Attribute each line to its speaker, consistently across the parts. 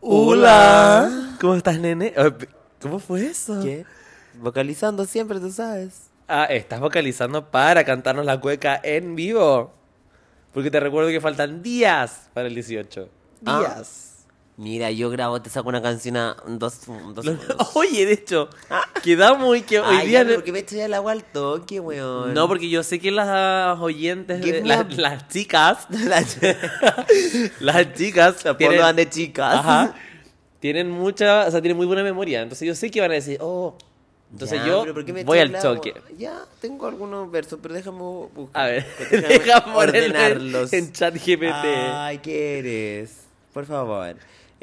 Speaker 1: Hola. ¿Cómo estás, nene? Ah, p- ¿Cómo fue eso?
Speaker 2: ¿Qué? Vocalizando siempre, tú sabes.
Speaker 1: Ah, estás vocalizando para cantarnos la cueca en vivo. Porque te recuerdo que faltan días para el 18.
Speaker 2: Ah.
Speaker 1: Días.
Speaker 2: Mira, yo grabo, te saco una canción a dos, dos
Speaker 1: Lo-
Speaker 2: segundos.
Speaker 1: Oye, de hecho, quedamos y que hoy
Speaker 2: Ah. Ay,
Speaker 1: día...
Speaker 2: ya, porque me estoy al agua al toque, weón.
Speaker 1: No, porque yo sé que las oyentes,
Speaker 2: Give
Speaker 1: de-
Speaker 2: me
Speaker 1: las,
Speaker 2: a-
Speaker 1: las chicas,
Speaker 2: La
Speaker 1: las chicas
Speaker 2: Por lo
Speaker 1: tienen,
Speaker 2: de chicas.
Speaker 1: ajá, tienen mucha, o sea, tienen muy buena memoria. Entonces yo sé que van a decir, oh, entonces
Speaker 2: Ya,
Speaker 1: yo
Speaker 2: pero ¿por qué me
Speaker 1: voy al
Speaker 2: estoy al agua?
Speaker 1: choque.
Speaker 2: Ya, tengo algunos versos, pero déjame buscar.
Speaker 1: A ver,
Speaker 2: Déjame
Speaker 1: deja ponerlo
Speaker 2: ordenarlos.
Speaker 1: en, en chat GPT.
Speaker 2: Ay, ¿qué eres? Por favor.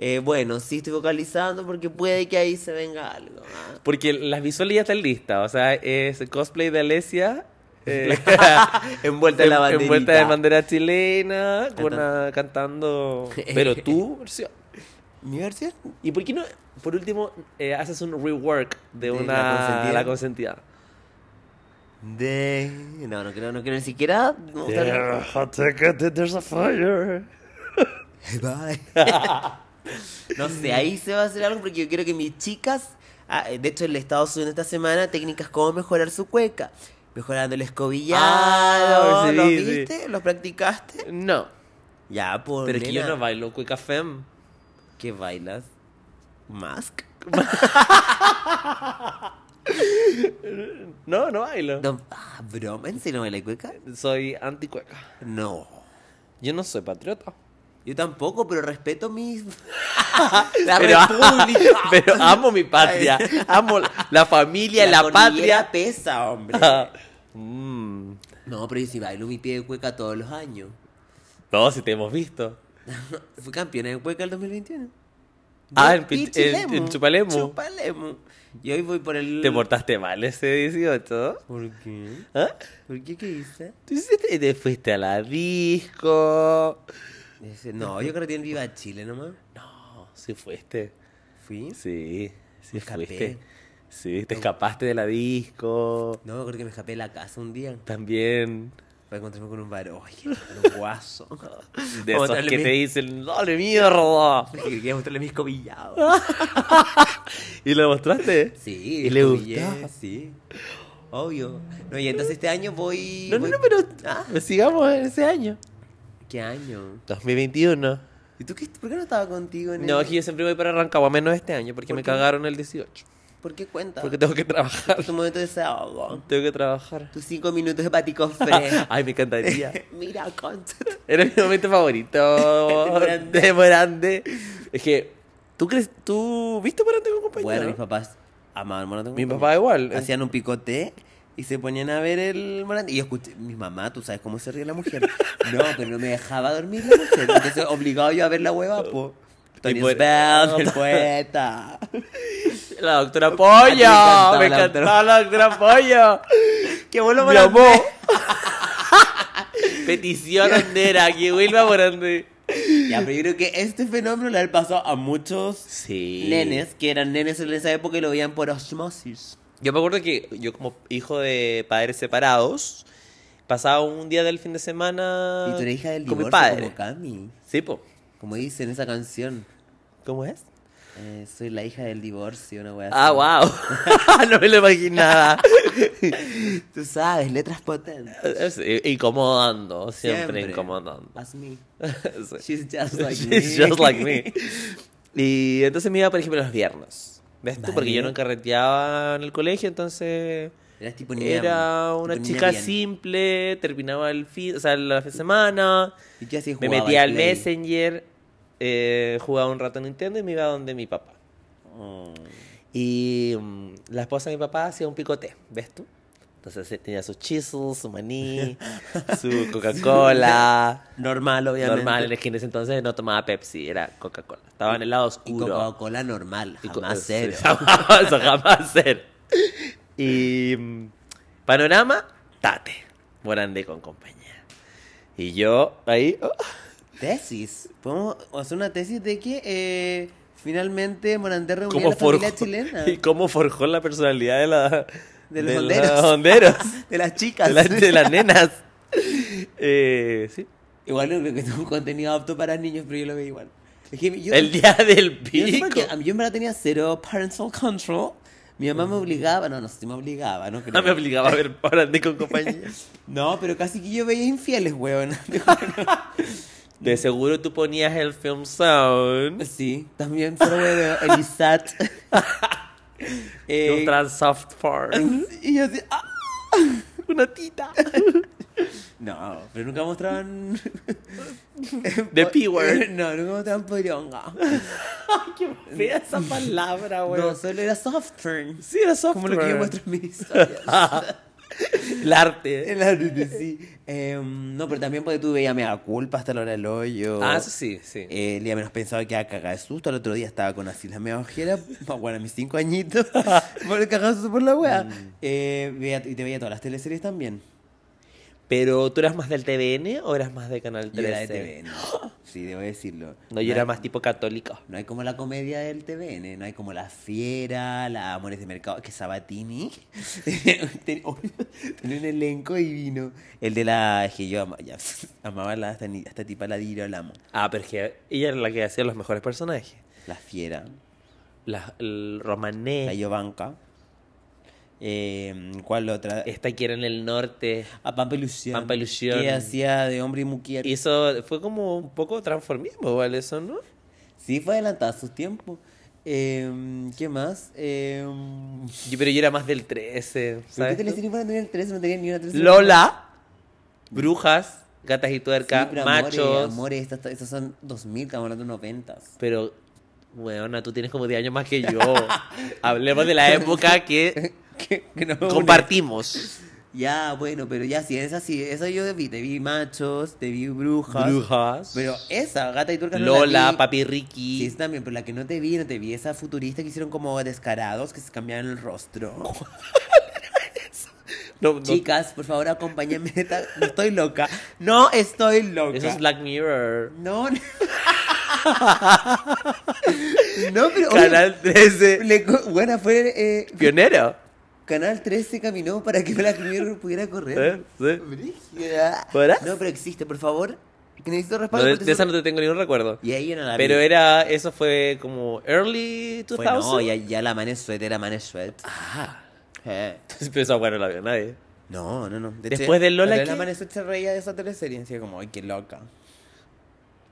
Speaker 2: Eh, bueno, sí estoy vocalizando porque puede que ahí se venga algo. ah.
Speaker 1: Porque las visuales ya están listas. O sea, es cosplay de Alesia. eh,
Speaker 2: Envuelta en la banderita.
Speaker 1: envuelta de bandera chilena, con
Speaker 2: Cantando.
Speaker 1: una- cantando. Pero tú, versión.
Speaker 2: ¿Mi versión?
Speaker 1: ¿Y por qué no, por último, eh, haces un rework de,
Speaker 2: De La
Speaker 1: una
Speaker 2: Consentida.
Speaker 1: La Consentida?
Speaker 2: De... No, no quiero, no quiero ni siquiera... no,
Speaker 1: Yeah, hot ticket, there's a fire.
Speaker 2: Bye. no sé, ahí se va a hacer algo porque yo quiero que mis chicas, ah, de hecho el Estado subiendo esta semana técnicas cómo mejorar su cueca, mejorando el escobillado,
Speaker 1: Ah, sí,
Speaker 2: ¿los
Speaker 1: sí.
Speaker 2: viste? ¿Los practicaste?
Speaker 1: No,
Speaker 2: Ya, pues.
Speaker 1: pero es que yo
Speaker 2: nena,
Speaker 1: no bailo cueca fem.
Speaker 2: ¿Qué bailas? Mask.
Speaker 1: No, no bailo.
Speaker 2: No, ah, broma, ¿en serio no baila cueca?
Speaker 1: Soy anticueca.
Speaker 2: No.
Speaker 1: Yo no soy patriota.
Speaker 2: Yo tampoco, pero respeto mis la
Speaker 1: pero,
Speaker 2: república.
Speaker 1: pero amo mi patria, amo la- la familia, la,
Speaker 2: cordillera
Speaker 1: patria.
Speaker 2: pesa, hombre.
Speaker 1: Mm.
Speaker 2: No, pero yo sí bailo mi pie de cueca todos los años.
Speaker 1: No, si te hemos visto.
Speaker 2: Fui campeona de cueca el 2021.
Speaker 1: Ah,
Speaker 2: De
Speaker 1: en Pit-
Speaker 2: Pichilemu.
Speaker 1: en- en Chupalemu.
Speaker 2: Chupalemu. Y hoy voy por el...
Speaker 1: ¿Te portaste mal ese 18?
Speaker 2: ¿Por qué?
Speaker 1: ¿Ah?
Speaker 2: ¿Por qué qué hice?
Speaker 1: ¿Tú hiciste- te fuiste a la disco?
Speaker 2: Dice, No, yo creo que en Viva Chile nomás.
Speaker 1: No, sí fuiste.
Speaker 2: Fui.
Speaker 1: Sí, sí
Speaker 2: Me escapé.
Speaker 1: fuiste. Sí, te escapaste de la disco.
Speaker 2: No, creo que me escapé de la casa un día
Speaker 1: También.
Speaker 2: para encontrarme con un varón. Oye, un guaso.
Speaker 1: De
Speaker 2: Vamos a
Speaker 1: esos
Speaker 2: darle
Speaker 1: que
Speaker 2: Oh, mi-
Speaker 1: te dicen, ¡dale mierda!
Speaker 2: Que Quería mostrarle mis cobillados.
Speaker 1: ¿Y lo mostraste?
Speaker 2: Sí.
Speaker 1: ¿Y le
Speaker 2: escobillé,
Speaker 1: gustaba?
Speaker 2: Sí. Obvio. No, y entonces este año voy...
Speaker 1: No, no,
Speaker 2: voy-
Speaker 1: no, pero ah, sigamos en ese año.
Speaker 2: ¿Qué año?
Speaker 1: 2021.
Speaker 2: ¿Y tú qué? ¿Por qué no estaba contigo en
Speaker 1: No,
Speaker 2: el-
Speaker 1: es que yo siempre voy para Rancagua, menos este año, porque
Speaker 2: ¿Por
Speaker 1: me
Speaker 2: qué? Ah.
Speaker 1: cagaron el 18.
Speaker 2: ¿Por qué cuenta?
Speaker 1: Porque tengo que trabajar.
Speaker 2: Es tu momento de desahogo.
Speaker 1: Tengo que trabajar.
Speaker 2: Tus cinco minutos de patico fresco.
Speaker 1: Ay, me encantaría.
Speaker 2: Mira, concha.
Speaker 1: Era mi momento favorito.
Speaker 2: De Morandé.
Speaker 1: De Morandé. Es que, ¿tú crees? ¿Tú viste Morandé con compañía?
Speaker 2: Bueno, mis papás amaban Morandé.
Speaker 1: Mi papá igual.
Speaker 2: Hacían un picote y se ponían a ver el Morandé. Y yo escuché, mi mamá, tú sabes cómo se ríe la mujer. No, pero no me dejaba dormir la mujer. Entonces, obligado yo a ver la hueva, po. Tony
Speaker 1: por-
Speaker 2: Spell, el poeta.
Speaker 1: La doctora
Speaker 2: me encantaba
Speaker 1: Pollo. Me
Speaker 2: la doctora-
Speaker 1: encantaba la doctora Pollo.
Speaker 2: ¡Qué bueno
Speaker 1: Me amó. Petición hondera, que vuelva Morandé.
Speaker 2: Ya, pero yo creo que este fenómeno le ha pasado a muchos
Speaker 1: Sí.
Speaker 2: nenes que eran nenes en esa época y lo veían por osmosis.
Speaker 1: Yo me acuerdo que yo como hijo de padres separados, pasaba un día del fin de semana
Speaker 2: Y tú eres hija del
Speaker 1: Ah, con
Speaker 2: divorcio
Speaker 1: mi padre.
Speaker 2: como Cami.
Speaker 1: Sí, po.
Speaker 2: Como dice en esa canción.
Speaker 1: ¿Cómo es?
Speaker 2: eh, soy la hija del divorcio, una wea
Speaker 1: Ah,
Speaker 2: así.
Speaker 1: wow. no me lo imaginaba.
Speaker 2: Tú sabes, letras potentes.
Speaker 1: Es incomodando, siempre, incomodando.
Speaker 2: As me.
Speaker 1: Sí.
Speaker 2: She's just like me.
Speaker 1: She's just like me. Y entonces me iba, por ejemplo, los viernes. ¿Ves tú? Porque yo
Speaker 2: Vale.
Speaker 1: no carreteaba en el colegio, entonces
Speaker 2: Eras tipo niña-
Speaker 1: era
Speaker 2: tipo
Speaker 1: una
Speaker 2: niña
Speaker 1: chica
Speaker 2: bien.
Speaker 1: simple, terminaba el fin, o sea, la semana.
Speaker 2: ¿Y qué hacías?
Speaker 1: Me
Speaker 2: Jugaba
Speaker 1: metía al
Speaker 2: Play.
Speaker 1: Messenger, eh, jugaba un rato a Nintendo y me iba donde mi papá. Mm.
Speaker 2: Oh.
Speaker 1: Y mm, la esposa de mi papá hacía un picote, ¿ves tú? Entonces eh, tenía su chisel, su maní, su Coca-Cola.
Speaker 2: Normal, obviamente.
Speaker 1: Normal, es que en ese entonces no tomaba Pepsi, era Coca-Cola. Estaba en el lado
Speaker 2: Y
Speaker 1: oscuro.
Speaker 2: Coca-Cola normal.
Speaker 1: Y co-
Speaker 2: Jamás
Speaker 1: sí,
Speaker 2: cero.
Speaker 1: jamás, eso jamás cero. Y mm, panorama, tate. Morandé con compañía. Y yo ahí... oh,
Speaker 2: Tesis. Podemos hacer una tesis de que eh, finalmente Morandé reunió a
Speaker 1: cómo
Speaker 2: la familia
Speaker 1: forjó-
Speaker 2: chilena.
Speaker 1: Y cómo forjó la personalidad de, la,
Speaker 2: De los
Speaker 1: los
Speaker 2: honderos.
Speaker 1: honderos,
Speaker 2: De las chicas.
Speaker 1: de, la- de las nenas. Eh, sí.
Speaker 2: Igual no creo que es un contenido apto para niños, pero yo lo veo igual. Es que yo,
Speaker 1: El día del
Speaker 2: yo no sé
Speaker 1: pico.
Speaker 2: por qué, a mí- yo en verdad tenía cero parental control. Mi mamá me obligaba, no, no sé si me obligaba, no
Speaker 1: No Ah, me
Speaker 2: creo.
Speaker 1: obligaba a ver Morandé con compañía.
Speaker 2: No, pero casi que yo veía infieles, weón.
Speaker 1: De seguro tú ponías el film sound.
Speaker 2: Sí, también pero weón, el ISAT. Eh,
Speaker 1: Ultra soft porn.
Speaker 2: y yo así, ¡ah!
Speaker 1: Una tita.
Speaker 2: No, pero nunca mostraban.
Speaker 1: The P-word.
Speaker 2: No, nunca mostraban podrionga.
Speaker 1: Fea esa palabra, güey.
Speaker 2: No, solo era soft porn.
Speaker 1: sí, era soft
Speaker 2: Como lo que yo
Speaker 1: porn.
Speaker 2: muestro en mis historias.
Speaker 1: El arte.
Speaker 2: En la noche, sí. Em, no, pero también porque tú veías mea culpa hasta la hora del hoyo.
Speaker 1: Ah, eso sí, sí.
Speaker 2: Eh, el día menos pensado que iba a cagar de susto. El otro día estaba con así las medias ojeras. más Bueno, a mis cinco añitos. por el cagazo por la wea.
Speaker 1: Mm.
Speaker 2: Eh, veía- y te veía todas las teleseries también.
Speaker 1: Pero tú eras más del TVN o eras más de Canal 13?
Speaker 2: Yo era de TVN. Sí, debo decirlo.
Speaker 1: No, yo era
Speaker 2: hay-
Speaker 1: más tipo católico.
Speaker 2: No hay como la comedia del TVN, no hay como La Fiera, La Amores de Mercado, que Sabatini ten- oh, tenía un elenco divino. El de la... es que yo ama- ya, amaba la, esta, ni- esta tipa, la Diro, la amo.
Speaker 1: Ah, pero es que ella era la que hacía los mejores personajes.
Speaker 2: La Fiera,
Speaker 1: La, el
Speaker 2: la
Speaker 1: Romané.
Speaker 2: Yovanka. Eh, ¿Cuál otra?
Speaker 1: Esta que era en el norte.
Speaker 2: A Pampa Ilusión.
Speaker 1: Pampa Ilusión.
Speaker 2: Que hacía de hombre y mujer.
Speaker 1: Y eso fue como un poco transformismo, ¿vale? Eso, ¿no?
Speaker 2: Sí, fue adelantada a su tiempo. Eh, ¿Qué más? Eh,
Speaker 1: Yo- pero yo era más del 13,
Speaker 2: ¿Pero qué
Speaker 1: ¿sabes? tú?
Speaker 2: teleserie fuera a tener el 13? No tenía ni una 13.
Speaker 1: Lola, brujas, gatas y
Speaker 2: Sí,
Speaker 1: tuercas,
Speaker 2: pero amores,
Speaker 1: machos.
Speaker 2: amores, estas, estas son 2000, estamos hablando de 90.
Speaker 1: Pero, weona, tú tienes como 10 años más que yo. Hablemos de la época que
Speaker 2: Que, que no
Speaker 1: compartimos.
Speaker 2: Ya, bueno, pero ya sí, esa sí, esa yo te vi, te vi machos, te vi brujas.
Speaker 1: Brujas.
Speaker 2: Pero esa, gata y turca
Speaker 1: Lola,
Speaker 2: papi.
Speaker 1: Papi Ricky.
Speaker 2: Sí, esa también, pero la que no te vi, no te vi, esa futurista que hicieron como descarados, que se cambiaron el rostro.
Speaker 1: No, no,
Speaker 2: Chicas, por favor, acompáñenme, esta- no estoy loca, no estoy loca.
Speaker 1: Eso es Black Mirror.
Speaker 2: No, no. No, pero... oye,
Speaker 1: Canal 13.
Speaker 2: le co- bueno, fue... eh,
Speaker 1: Pionero.
Speaker 2: Canal 13 caminó para que Black Mirror pudiera correr.
Speaker 1: ¿Eh? Sí.
Speaker 2: Brígida.
Speaker 1: ¿Podrás?
Speaker 2: No, pero existe, por favor. Que necesito
Speaker 1: No,
Speaker 2: respaldo.
Speaker 1: de,
Speaker 2: porque
Speaker 1: de esa
Speaker 2: pues, eso-
Speaker 1: no te tengo ningún recuerdo.
Speaker 2: Y ahí yo no la vi.
Speaker 1: Pero era, eso fue como early 2000.
Speaker 2: Fue, no, ya, ya la mané sweat, era mané sweat.
Speaker 1: Ah.
Speaker 2: Eh.
Speaker 1: Pero esa weá no la vio nadie.
Speaker 2: No, no, no. De
Speaker 1: Después de Lola,
Speaker 2: pero
Speaker 1: ¿qué?
Speaker 2: La mané sweat se reía de esa teleserie. Y decía como, ay, qué loca.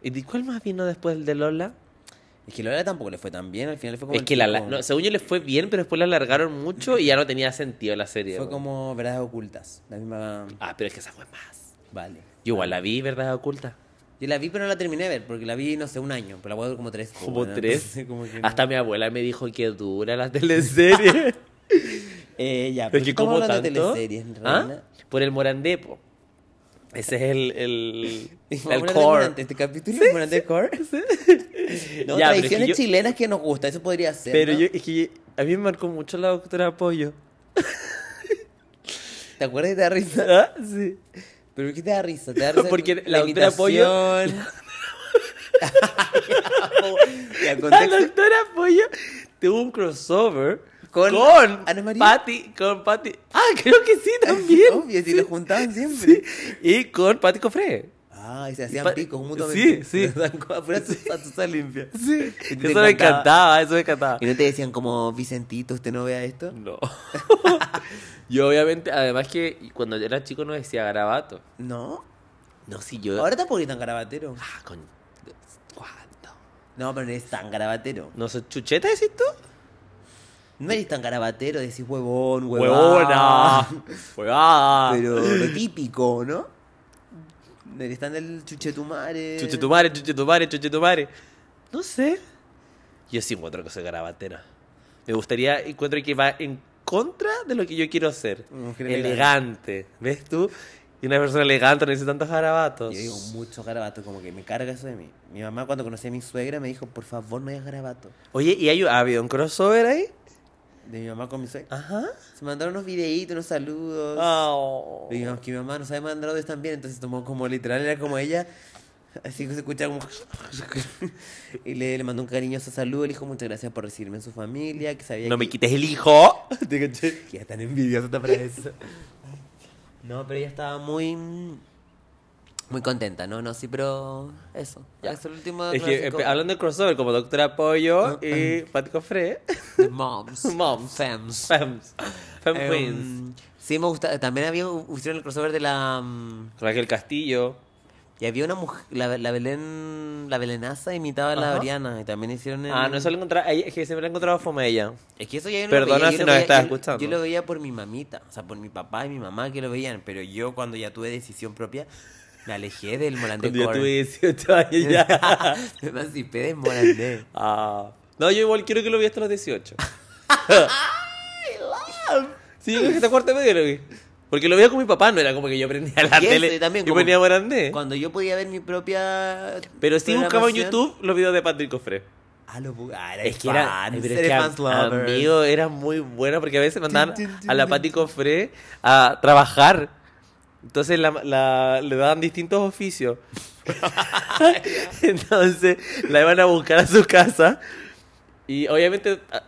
Speaker 1: ¿Y de cuál más vino después del de Lola?
Speaker 2: Es que Lola tampoco le fue tan bien. Al final le fue como.
Speaker 1: Es
Speaker 2: el
Speaker 1: que la, la-
Speaker 2: pico.
Speaker 1: no, según yo le fue bien, pero después la alargaron mucho y ya no tenía sentido la serie.
Speaker 2: Fue
Speaker 1: weón.
Speaker 2: como verdades ocultas. La misma.
Speaker 1: Ah, pero es que esa fue más.
Speaker 2: Vale.
Speaker 1: Yo igual la vi, ¿verdad? Oculta.
Speaker 2: Yo la vi, pero no la terminé de ver. Porque la vi, no sé, un año. Pero la voy a ver como tres.
Speaker 1: Como
Speaker 2: bueno,
Speaker 1: tres. Ah,
Speaker 2: entonces, como que no.
Speaker 1: Hasta mi abuela me dijo que dura la teleserie.
Speaker 2: Eh, ya,
Speaker 1: es
Speaker 2: pero
Speaker 1: que
Speaker 2: estamos
Speaker 1: como
Speaker 2: hablando de
Speaker 1: tanto.
Speaker 2: teleseries,
Speaker 1: ¿Ah?
Speaker 2: reina.
Speaker 1: Por el Morandepo. Ese es el. el,
Speaker 2: Vamos a
Speaker 1: el
Speaker 2: hablar de
Speaker 1: core.
Speaker 2: Morante, Este capítulo es Morante Core. No,
Speaker 1: Ya, pero es que
Speaker 2: tradiciones
Speaker 1: yo-
Speaker 2: chilenas que nos gusta, eso podría ser.
Speaker 1: Pero
Speaker 2: ¿no?
Speaker 1: yo, es que a mí me marcó mucho la doctora Pollo.
Speaker 2: ¿Te acuerdas y te da risa?
Speaker 1: ¿Ah? Sí.
Speaker 2: ¿Pero por qué te da risa? Te da risa
Speaker 1: Porque
Speaker 2: la,
Speaker 1: la doctora Pollo-
Speaker 2: imitación. Ya,
Speaker 1: La
Speaker 2: contexto.
Speaker 1: doctora Pollo tuvo un crossover
Speaker 2: Con
Speaker 1: con,
Speaker 2: Ana María.
Speaker 1: Patty, con Patty. Ah, creo que sí también.
Speaker 2: Obvio, si lo juntaban
Speaker 1: Sí.
Speaker 2: siempre.
Speaker 1: Y con Patty Cofre.
Speaker 2: Ah, y se hacían
Speaker 1: Pa-
Speaker 2: picos
Speaker 1: Sí,
Speaker 2: mutuamente.
Speaker 1: sí.
Speaker 2: Se dan co- Puras patutas limpias.
Speaker 1: Sí.
Speaker 2: Y
Speaker 1: Eso
Speaker 2: te
Speaker 1: me
Speaker 2: encantaba.
Speaker 1: encantaba, eso me encantaba.
Speaker 2: ¿Y no te decían como, Vicentito, usted no vea esto?
Speaker 1: No. yo obviamente, además que cuando yo era chico no decía garabato.
Speaker 2: No.
Speaker 1: No, si yo...
Speaker 2: Ahora tampoco eres tan garabatero.
Speaker 1: Ah, con... ¿Cuándo?
Speaker 2: No, pero no eres tan garabatero.
Speaker 1: No sé, ¿chucheta decís tú?
Speaker 2: No eres tan garabatero, decís huevón, huevona.
Speaker 1: Huevona. Huevada.
Speaker 2: Pero lo típico, ¿no? Del stand del chuchetumare.
Speaker 1: Chuchetumare, chuchetumare, chuchetumare. No sé. Yo sí encuentro que soy garabatera. Me gustaría, encuentro que va en contra de lo que yo quiero ser.
Speaker 2: Una mujer
Speaker 1: Elegante. ¿Ves tú? Y una persona elegante no dice tantos garabatos.
Speaker 2: Yo digo mucho garabato, como que me carga eso de mí. Mi mamá cuando conocí a mi suegra me dijo, por favor no digas garabato.
Speaker 1: Oye, ¿y hay, ha habido un crossover ahí?
Speaker 2: De mi mamá con mi suegra.
Speaker 1: Ajá.
Speaker 2: Se mandaron unos videitos, unos saludos.
Speaker 1: Oh.
Speaker 2: Y digamos que mi mamá no sabe mandar audios también, entonces tomó como literal, era como ella. Así que se escuchaba como... y le, le mandó un cariñoso saludo, le dijo muchas gracias por recibirme en su familia, que sabía
Speaker 1: No
Speaker 2: que...
Speaker 1: me quites el hijo.
Speaker 2: ¿Te caché? Que ya tan envidiosa está para eso. No, pero ella estaba muy. Muy contenta, no, no, sí, pero eso. Ya, es el último.
Speaker 1: Es que,
Speaker 2: clásico.
Speaker 1: eh, hablando de crossover, como Doctora Pollo y Pat Cofré,
Speaker 2: The Moms.
Speaker 1: Moms.
Speaker 2: Fems.
Speaker 1: Fems, Fem
Speaker 2: Eh,
Speaker 1: Queens,
Speaker 2: Sí, me gusta. También había hicieron el crossover de la. mm,
Speaker 1: Raquel Castillo.
Speaker 2: Y había una mujer. La, la Belén. La Belenaza imitaba a la
Speaker 1: Ajá.
Speaker 2: Oriana. Y también hicieron el.
Speaker 1: Ah, no, eso lo encontraba, es que siempre la he encontrado fome a ella.
Speaker 2: Es que eso ya yo no
Speaker 1: Perdona
Speaker 2: lo veía,
Speaker 1: si
Speaker 2: yo lo
Speaker 1: nos
Speaker 2: veía-
Speaker 1: estás
Speaker 2: yo-
Speaker 1: escuchando.
Speaker 2: Yo lo veía por mi mamita, o sea, por mi papá y mi mamá que lo veían, pero yo cuando ya tuve decisión propia me alejé del Morandé
Speaker 1: Cuando yo
Speaker 2: Core.
Speaker 1: tuve 18 años ya.
Speaker 2: me emancipé del Morandé.
Speaker 1: Ah. No, yo igual quiero que lo vi hasta los 18. Sí, yo creo que hasta cuarto medio lo vi. Porque lo veía con mi papá, no era como que yo prendía la
Speaker 2: Y eso,
Speaker 1: tele
Speaker 2: y también
Speaker 1: y
Speaker 2: como-
Speaker 1: ponía Morandé.
Speaker 2: Cuando yo podía ver mi propia
Speaker 1: Pero sí buscaba en
Speaker 2: programación-
Speaker 1: YouTube los videos de Patrick Cofré.
Speaker 2: Ah, lo bu- ah, era
Speaker 1: Es que era,
Speaker 2: fans,
Speaker 1: pero es
Speaker 2: era
Speaker 1: que,
Speaker 2: fans lover.
Speaker 1: amigo, era muy bueno porque a veces mandaban
Speaker 2: Tin, tin, tin,
Speaker 1: a la
Speaker 2: tin.
Speaker 1: Patti Cofré a trabajar. Entonces la- la- le daban distintos oficios. Entonces la iban a buscar a su casa. Y obviamente a-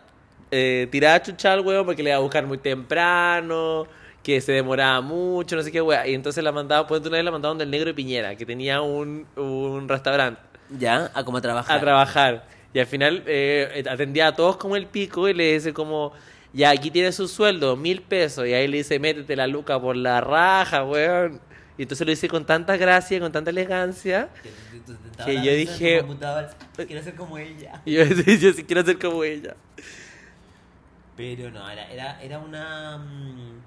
Speaker 1: eh, tiraba a chuchar al huevo porque le iba a buscar muy temprano. Que se demoraba mucho, no sé qué hueá. Y entonces la mandaba, pues una vez la mandaban del Negro de Piñera, que tenía un, un restaurante
Speaker 2: Ya, a como trabajar.
Speaker 1: a trabajar. Y al final eh, atendía a todos como el pico y le dice como, ya aquí tiene su sueldo, mil pesos. Y ahí le dice, métete la luca por la raja, weón. Y entonces lo hice con tanta gracia, y con tanta elegancia. Que yo dije-
Speaker 2: "Pues Quiero ser como ella.
Speaker 1: Y yo, yo sí quiero ser como ella.
Speaker 2: Pero no, era, era, era una. mm,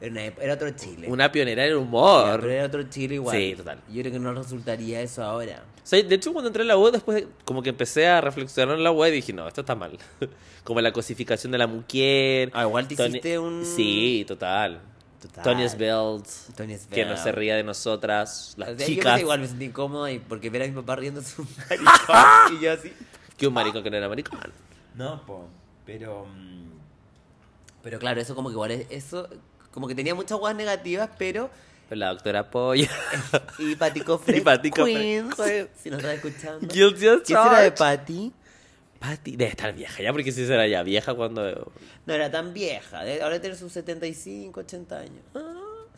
Speaker 2: Era, una ep- era otro Chile.
Speaker 1: Una pionera del
Speaker 2: Ya, pero
Speaker 1: humor.
Speaker 2: era otro Chile igual.
Speaker 1: Sí, total.
Speaker 2: Yo creo que no resultaría eso ahora.
Speaker 1: O sea, de hecho, cuando entré en la U, después como que empecé a reflexionar en la web y dije, no, esto está mal. como la cosificación de la mujer.
Speaker 2: Ah, igual te hiciste un-
Speaker 1: Sí, total.
Speaker 2: Total.
Speaker 1: Tony's Bells.
Speaker 2: Tony Svelte.
Speaker 1: Que no se ría de nosotras, las
Speaker 2: O sea, Yo
Speaker 1: chicas.
Speaker 2: me igual me sentí incómoda y porque ver a mi papá riendo su maricón y yo así.
Speaker 1: Que un maricón que no era
Speaker 2: Ah.
Speaker 1: maricón.
Speaker 2: No, po, pero. mm, Pero claro, eso como que igual es. Eso, como que tenía muchas guas negativas, pero.
Speaker 1: Pero La doctora Pollo.
Speaker 2: Y Pati Cofre.
Speaker 1: Y Pati Cofre,
Speaker 2: Queens,
Speaker 1: Queens.
Speaker 2: Si nos estás escuchando.
Speaker 1: Guilty as
Speaker 2: ¿Qué será de
Speaker 1: charged.
Speaker 2: Pati?
Speaker 1: Patty debe estar vieja ya, porque si será ya vieja cuando.
Speaker 2: No era tan vieja. de- Ahora tiene sus 75, 80 años.
Speaker 1: Ah,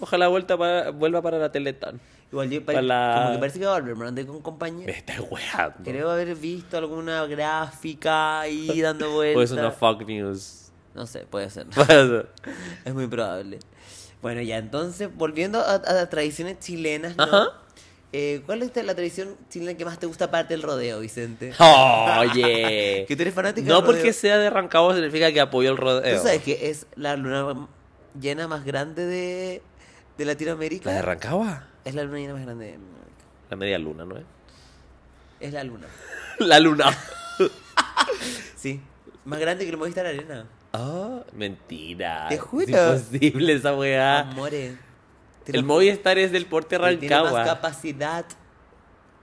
Speaker 1: Ojalá vuelta para- vuelva para la Teletón.
Speaker 2: Igual yo pare-
Speaker 1: Para la-
Speaker 2: como que parece que va a volver, me andé con compañía.
Speaker 1: Me está weando.
Speaker 2: Creo haber visto alguna gráfica ahí dando vueltas.
Speaker 1: Pues una fuck news.
Speaker 2: No sé, puede ser.
Speaker 1: Pasa.
Speaker 2: Es muy probable. Bueno, ya entonces, volviendo a, a las tradiciones chilenas, ¿no?
Speaker 1: Ajá.
Speaker 2: Eh, ¿Cuál es la tradición chilena que más te gusta aparte del rodeo, Vicente?
Speaker 1: Oye.
Speaker 2: Que tú eres fanática
Speaker 1: No
Speaker 2: del rodeo.
Speaker 1: porque sea de Rancagua significa que apoyó el rodeo.
Speaker 2: ¿Tú sabes que es la luna llena más grande de, de Latinoamérica?
Speaker 1: ¿La de Rancagua?
Speaker 2: Es la luna llena más grande de Latinoamérica.
Speaker 1: La media luna, ¿no es?
Speaker 2: Es la luna.
Speaker 1: La luna.
Speaker 2: Sí. Más grande que el Movistar Arena.
Speaker 1: Ah, mentira.
Speaker 2: Te
Speaker 1: Es
Speaker 2: juro.
Speaker 1: Imposible esa weá.
Speaker 2: Amores.
Speaker 1: Ah. El Movistar es del porte
Speaker 2: Y Tiene más
Speaker 1: Rancagua.
Speaker 2: capacidad.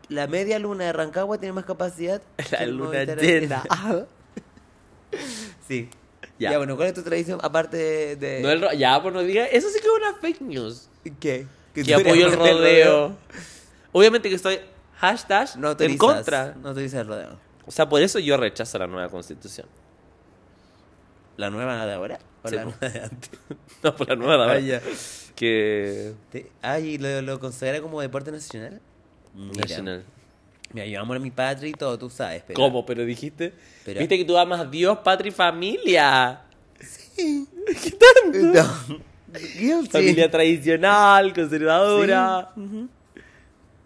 Speaker 2: La media luna de Rancagua tiene más capacidad. que
Speaker 1: La
Speaker 2: el
Speaker 1: luna
Speaker 2: Movistar Ah,
Speaker 1: llena.
Speaker 2: Arena. Sí.
Speaker 1: Ya.
Speaker 2: Ya. bueno, ¿cuál es tu tradición aparte de. de-
Speaker 1: No el ro- ya, pues no diga. Eso sí que es una fake news.
Speaker 2: ¿Qué?
Speaker 1: Que,
Speaker 2: tú eres
Speaker 1: apoyo el
Speaker 2: parte del
Speaker 1: rodeo. Obviamente que estoy hashtag
Speaker 2: No
Speaker 1: en
Speaker 2: autorizas.
Speaker 1: contra.
Speaker 2: No autorizas el rodeo.
Speaker 1: O sea, por eso yo rechazo la nueva constitución.
Speaker 2: ¿La nueva de ahora? ¿O
Speaker 1: Sí,
Speaker 2: la
Speaker 1: po.
Speaker 2: nueva de antes?
Speaker 1: No, por la nueva. la
Speaker 2: Ah,
Speaker 1: verdad. Que...
Speaker 2: Te- Ay, ¿lo, lo considera como deporte nacional? Mira.
Speaker 1: Nacional.
Speaker 2: Mira, yo amo a mi patria y todo, tú sabes. Pero...
Speaker 1: ¿Cómo? Pero dijiste...
Speaker 2: Pero-
Speaker 1: Viste que tú amas a Dios, patria y familia.
Speaker 2: No. Guilty.
Speaker 1: Familia tradicional, conservadora.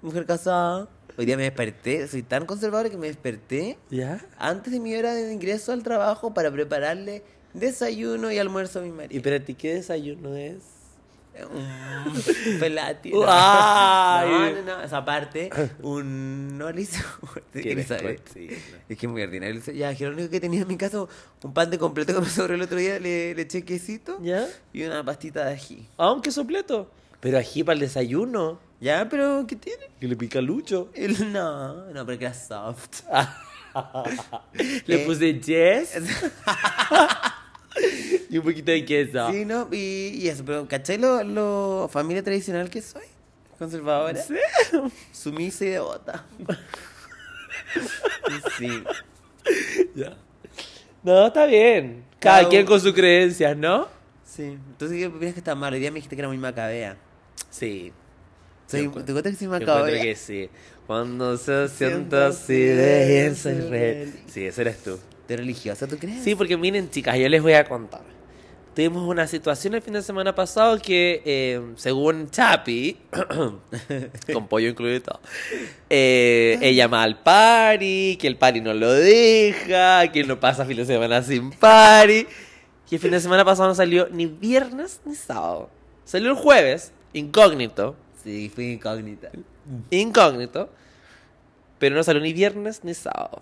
Speaker 2: Mujer casada. Hoy día me desperté, soy tan conservadora que me desperté
Speaker 1: ¿Ya?
Speaker 2: antes de mi hora de ingreso al trabajo para prepararle desayuno y almuerzo a mi
Speaker 1: ¿Y
Speaker 2: marido.
Speaker 1: para ti qué desayuno es?
Speaker 2: Un pelati.
Speaker 1: Ay.
Speaker 2: Mm, No, no, no, esa parte. Un. No le hice.
Speaker 1: Qué
Speaker 2: ¿Quién sabe?
Speaker 1: descochino.
Speaker 2: Es que es muy ordinario. le hice- Ya, que lo único que tenía en mi casa, un pan de completo que me sobró el otro día, le, le eché quesito
Speaker 1: ¿Ya?
Speaker 2: y una pastita de ají.
Speaker 1: Ah, un queso pleto. Pero ají para el desayuno.
Speaker 2: Ya, pero ¿qué tiene?
Speaker 1: Que le pica lucho.
Speaker 2: El- no, no, porque era soft.
Speaker 1: Le
Speaker 2: Eh.
Speaker 1: puse yes. y un poquito de queso.
Speaker 2: Sí, ¿no? Y, y eso, pero ¿cachai lo, lo familia tradicional que soy? Conservadora. Sumisa y devota. sí.
Speaker 1: Ya. No, está bien. Cada
Speaker 2: Cada
Speaker 1: quien
Speaker 2: uno.
Speaker 1: con sus creencias, ¿no?
Speaker 2: Sí. Entonces, ¿qué opinas que está mal? Hoy día me dijiste que era muy macabea.
Speaker 1: Sí.
Speaker 2: Soy, ¿Te cuentas que soy
Speaker 1: Yo encuentro
Speaker 2: macabro?
Speaker 1: que sí. Cuando se
Speaker 2: Siento
Speaker 1: sienta así de bien, soy
Speaker 2: soy
Speaker 1: re...
Speaker 2: rebelde.
Speaker 1: Sí, eso eres tú.
Speaker 2: ¿Te religiosa, tú crees?
Speaker 1: Sí, porque miren, chicas, yo les voy a contar. Tuvimos una situación el fin de semana pasado que, eh, según Chapi, con pollo incluido y todo, eh, ella va al party, que el party no lo deja, que no pasa fin de semana sin party. Y el fin de semana pasado no salió ni viernes ni sábado. Salió el jueves, incógnito,
Speaker 2: Sí, fui incógnita.
Speaker 1: incógnito, pero no salió ni viernes ni sábado.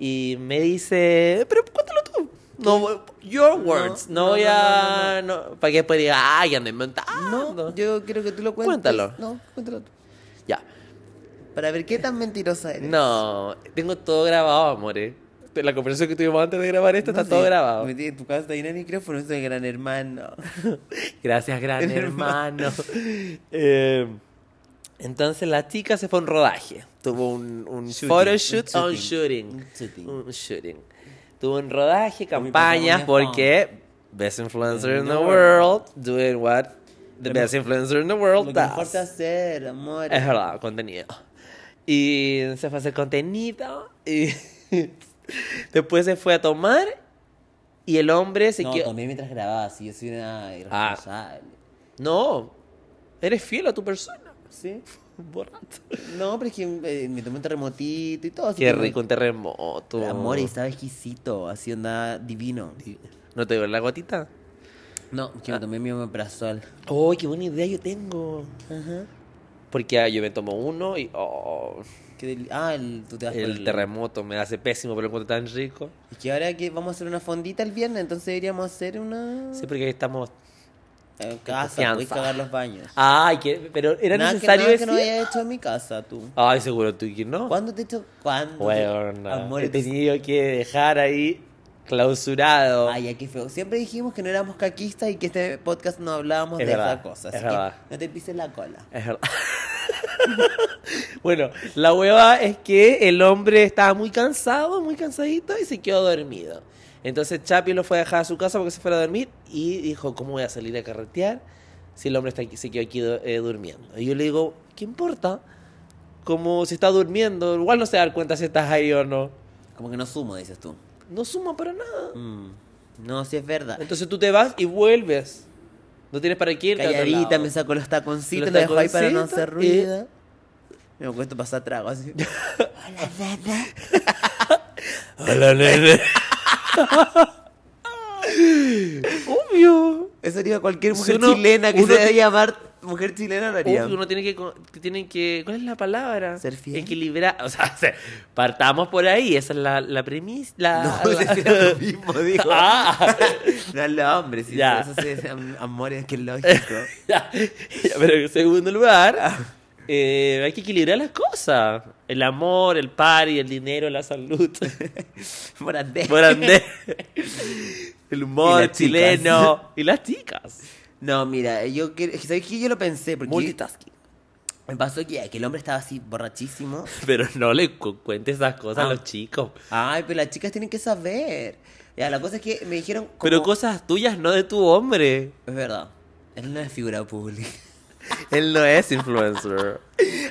Speaker 1: Y me dice, pero cuéntalo tú. No, your words. No,
Speaker 2: no,
Speaker 1: voy
Speaker 2: no,
Speaker 1: a. no, para que después diga, ay, ando inventando.
Speaker 2: No, Ah, yo quiero que tú lo cuentes.
Speaker 1: Cuéntalo.
Speaker 2: No, cuéntalo tú.
Speaker 1: Ya.
Speaker 2: Para ver qué tan mentirosa eres.
Speaker 1: No, tengo todo grabado, amores. La conversación que tuvimos antes de grabar esto
Speaker 2: No
Speaker 1: está
Speaker 2: sé,
Speaker 1: todo grabado.
Speaker 2: metí en tu casa ahí en el micrófono, soy gran hermano.
Speaker 1: Gracias, gran hermano. Eh, entonces la chica se fue a un rodaje. Tuvo un, un
Speaker 2: Shooting,
Speaker 1: photoshoot
Speaker 2: un
Speaker 1: o un
Speaker 2: shooting,
Speaker 1: shooting.
Speaker 2: un shooting.
Speaker 1: Un shooting. Tuvo un rodaje,
Speaker 2: Con mi
Speaker 1: campañas,
Speaker 2: protagonista.
Speaker 1: porque best influencer in the world,
Speaker 2: world.
Speaker 1: doing what the
Speaker 2: Lo
Speaker 1: best influencer in the world
Speaker 2: Lo que importa
Speaker 1: does.
Speaker 2: hacer, amor.
Speaker 1: Es verdad, contenido. Y se fue a hacer contenido y después se fue a tomar y el hombre se
Speaker 2: no,
Speaker 1: quedó...
Speaker 2: tomé mientras grababa, si yo soy una irresponsable.
Speaker 1: No, eres fiel a tu persona.
Speaker 2: ¿Sí?
Speaker 1: Borracho.
Speaker 2: No, pero es que eh, me tomé un terremotito y todo. así
Speaker 1: Qué
Speaker 2: que-
Speaker 1: rico un terremoto.
Speaker 2: Amor, y estaba exquisito, así onda divino.
Speaker 1: ¿No te dio la gotita?
Speaker 2: No, que me tomé mi omeprazol.
Speaker 1: Oh, qué buena idea yo tengo. Porque ah, yo me tomo uno y oh,
Speaker 2: Qué deli- ah, el, tú te vas por
Speaker 1: el terremoto me hace pésimo, pero lo encuentro tan rico.
Speaker 2: Es que ahora que vamos a hacer una fondita el viernes, entonces deberíamos hacer una...
Speaker 1: Sí, porque ahí estamos.
Speaker 2: En casa,
Speaker 1: confianza.
Speaker 2: puedes cagar los baños.
Speaker 1: Ay, que, pero era
Speaker 2: Nada que,
Speaker 1: necesario
Speaker 2: nada que no
Speaker 1: decir-
Speaker 2: haya hecho en mi casa, tú.
Speaker 1: Ay, seguro tú que no.
Speaker 2: ¿Cuándo te he hecho...? ¿Cuándo? te-
Speaker 1: Bueno,
Speaker 2: Amor,
Speaker 1: he
Speaker 2: entonces-
Speaker 1: tenido que dejar ahí clausurado.
Speaker 2: Ay, ya, qué feo. Siempre dijimos que no éramos caquistas y que este podcast no hablábamos
Speaker 1: Es
Speaker 2: de
Speaker 1: verdad,
Speaker 2: esa cosa. Así
Speaker 1: es
Speaker 2: que
Speaker 1: verdad.
Speaker 2: no te pises la cola.
Speaker 1: Es verdad. bueno, la hueva es que el hombre estaba muy cansado, muy cansadito y se quedó dormido. Entonces Chapi lo fue a dejar a su casa porque se fuera a dormir y dijo, ¿cómo voy a salir a carretear si el hombre está aquí- se quedó aquí do- eh, durmiendo? Y yo le digo, ¿qué importa? Como si está durmiendo, igual no se da cuenta si estás ahí o no.
Speaker 2: Como que no sumo, dices tú.
Speaker 1: No suma para nada.
Speaker 2: Mm. No, sí es verdad.
Speaker 1: Entonces tú te vas y vuelves. No tienes para qué irte a otro
Speaker 2: Calladita,
Speaker 1: lado.
Speaker 2: me saco los taconcitos,
Speaker 1: Los
Speaker 2: los dejo ahí para no
Speaker 1: taconcitos
Speaker 2: hacer
Speaker 1: y-
Speaker 2: ruido. Me cuesta pasar trago así. Hola,
Speaker 1: Hola,
Speaker 2: nana.
Speaker 1: nene. Obvio.
Speaker 2: Eso haría cualquier
Speaker 1: Si
Speaker 2: mujer
Speaker 1: uno-
Speaker 2: chilena que
Speaker 1: uno-
Speaker 2: se debe llamar mujer chilena lo haría.
Speaker 1: Obvio, uno tiene que, con- que tiene que. ¿Cuál es la palabra?
Speaker 2: Ser fiel.
Speaker 1: Equilibrar. O sea, se- partamos por ahí. Esa es la, la premisa. La,
Speaker 2: No,
Speaker 1: la-
Speaker 2: si era lo mismo, digo.
Speaker 1: Ah,
Speaker 2: No es lo hombre, si
Speaker 1: Ya.
Speaker 2: eso sí es am- amor, es que es lógico.
Speaker 1: ya, ya, pero en segundo lugar, eh, hay que equilibrar las cosas: el amor, el party, el dinero, la salud.
Speaker 2: Por andén.
Speaker 1: Por andar. El
Speaker 2: Y
Speaker 1: humor
Speaker 2: las chicas.
Speaker 1: chileno. Y las chicas.
Speaker 2: No, mira, yo que- ¿sabes qué? Yo lo pensé porque
Speaker 1: Multitasking.
Speaker 2: me pasó que, que el hombre estaba así borrachísimo.
Speaker 1: Pero no le cu- cuentes esas cosas a
Speaker 2: Ah.
Speaker 1: los chicos.
Speaker 2: Ay, pero las chicas tienen que saber. Ya, la cosa es que me dijeron como-
Speaker 1: Pero cosas tuyas, no de tu hombre.
Speaker 2: Es verdad. Él no es figura pública.
Speaker 1: Él no es influencer.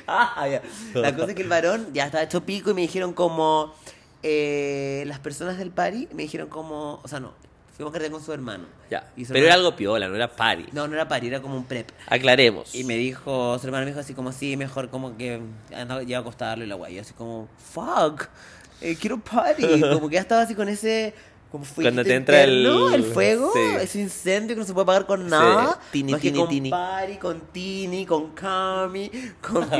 Speaker 2: Ah, ya. La cosa es que el varón ya estaba hecho pico y me dijeron como... eh, las personas del party me dijeron como... O sea, no. Fuimos a carretear con su hermano.
Speaker 1: ya.
Speaker 2: Y su
Speaker 1: Pero era
Speaker 2: hermano-
Speaker 1: algo piola, no era party.
Speaker 2: No, no era party, era como un prep.
Speaker 1: Aclaremos.
Speaker 2: Y me dijo, su hermano me dijo así como, sí, mejor como que andaba, ya a acostarlo y la guay. Yo así como, fuck, eh, quiero party. Como que ya estaba así con ese... Como fuego
Speaker 1: Cuando te entra el-
Speaker 2: el fuego,
Speaker 1: sí.
Speaker 2: ese incendio que no se puede apagar con nada.
Speaker 1: Tini,
Speaker 2: más que
Speaker 1: tini,
Speaker 2: con
Speaker 1: tini.
Speaker 2: party, con tini, con cami, con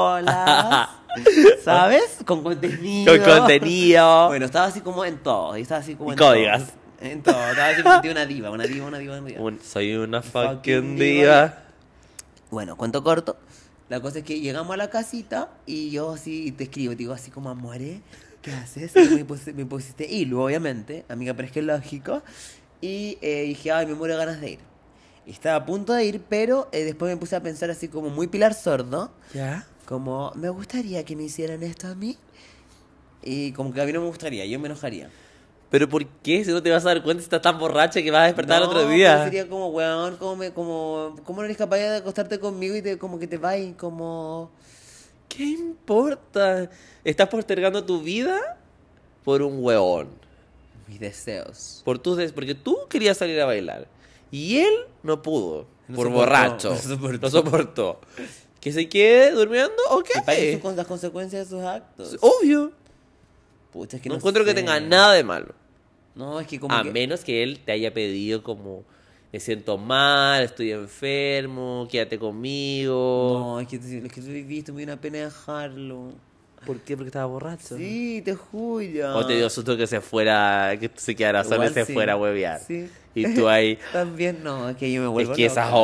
Speaker 2: piscolas. ¿Sabes? Con contenido.
Speaker 1: Con contenido.
Speaker 2: Bueno, estaba así como en todo. y Estaba así como
Speaker 1: Y
Speaker 2: en todo.
Speaker 1: códigos.
Speaker 2: En todo. Estaba así como una diva, una diva, una diva, una diva.
Speaker 1: Un- soy una
Speaker 2: Fucking
Speaker 1: fucking
Speaker 2: diva.
Speaker 1: diva.
Speaker 2: Bueno, cuento corto. La cosa es que llegamos a la casita y yo así te escribo, te digo así como, amore, ¿qué haces? Y me, puse- me pusiste hilo, obviamente, amiga, pero es que es lógico. Y eh, dije, ay, me muero de ganas de ir. Y estaba a punto de ir, pero eh, después me puse a pensar así como muy pilar sordo,
Speaker 1: ¿Ya?
Speaker 2: como, me gustaría que me hicieran esto a mí. Y como que a mí no me gustaría, yo me enojaría.
Speaker 1: Pero ¿por qué? Si no te vas a dar cuenta si estás tan borracha que vas a despertar el otro
Speaker 2: No,
Speaker 1: día.
Speaker 2: pero Sería como, weón, como, me- como, ¿cómo no eres capaz de acostarte conmigo y te, como que te vas? Como.
Speaker 1: ¿Qué importa? ¿Estás postergando tu vida por un hueón?
Speaker 2: Mis deseos.
Speaker 1: Por tus des- Porque tú querías salir a bailar. Y él no pudo.
Speaker 2: No
Speaker 1: por
Speaker 2: soportó,
Speaker 1: borracho.
Speaker 2: no soportó.
Speaker 1: No soportó. Que se quede durmiendo, ok.
Speaker 2: Que paguen sus- con las consecuencias de sus actos.
Speaker 1: Obvio.
Speaker 2: Pucha, es que
Speaker 1: Oh, no, encuentro que
Speaker 2: sé.
Speaker 1: tenga nada de malo.
Speaker 2: No, es que como.
Speaker 1: A
Speaker 2: que-
Speaker 1: menos que él te haya pedido como... Me siento mal, estoy enfermo, quédate conmigo.
Speaker 2: No, es que, es que tú viviste, me dio una pena dejarlo.
Speaker 1: ¿Por qué? Porque estaba borracho.
Speaker 2: Sí, te juro.
Speaker 1: O te dio susto que se fuera, que se quedara solo y
Speaker 2: Igual
Speaker 1: se
Speaker 2: sí,
Speaker 1: fuera a huevear.
Speaker 2: sí.
Speaker 1: Y tú ahí...
Speaker 2: También no, es que yo me
Speaker 1: Es
Speaker 2: vuelvo
Speaker 1: que esa es
Speaker 2: loca.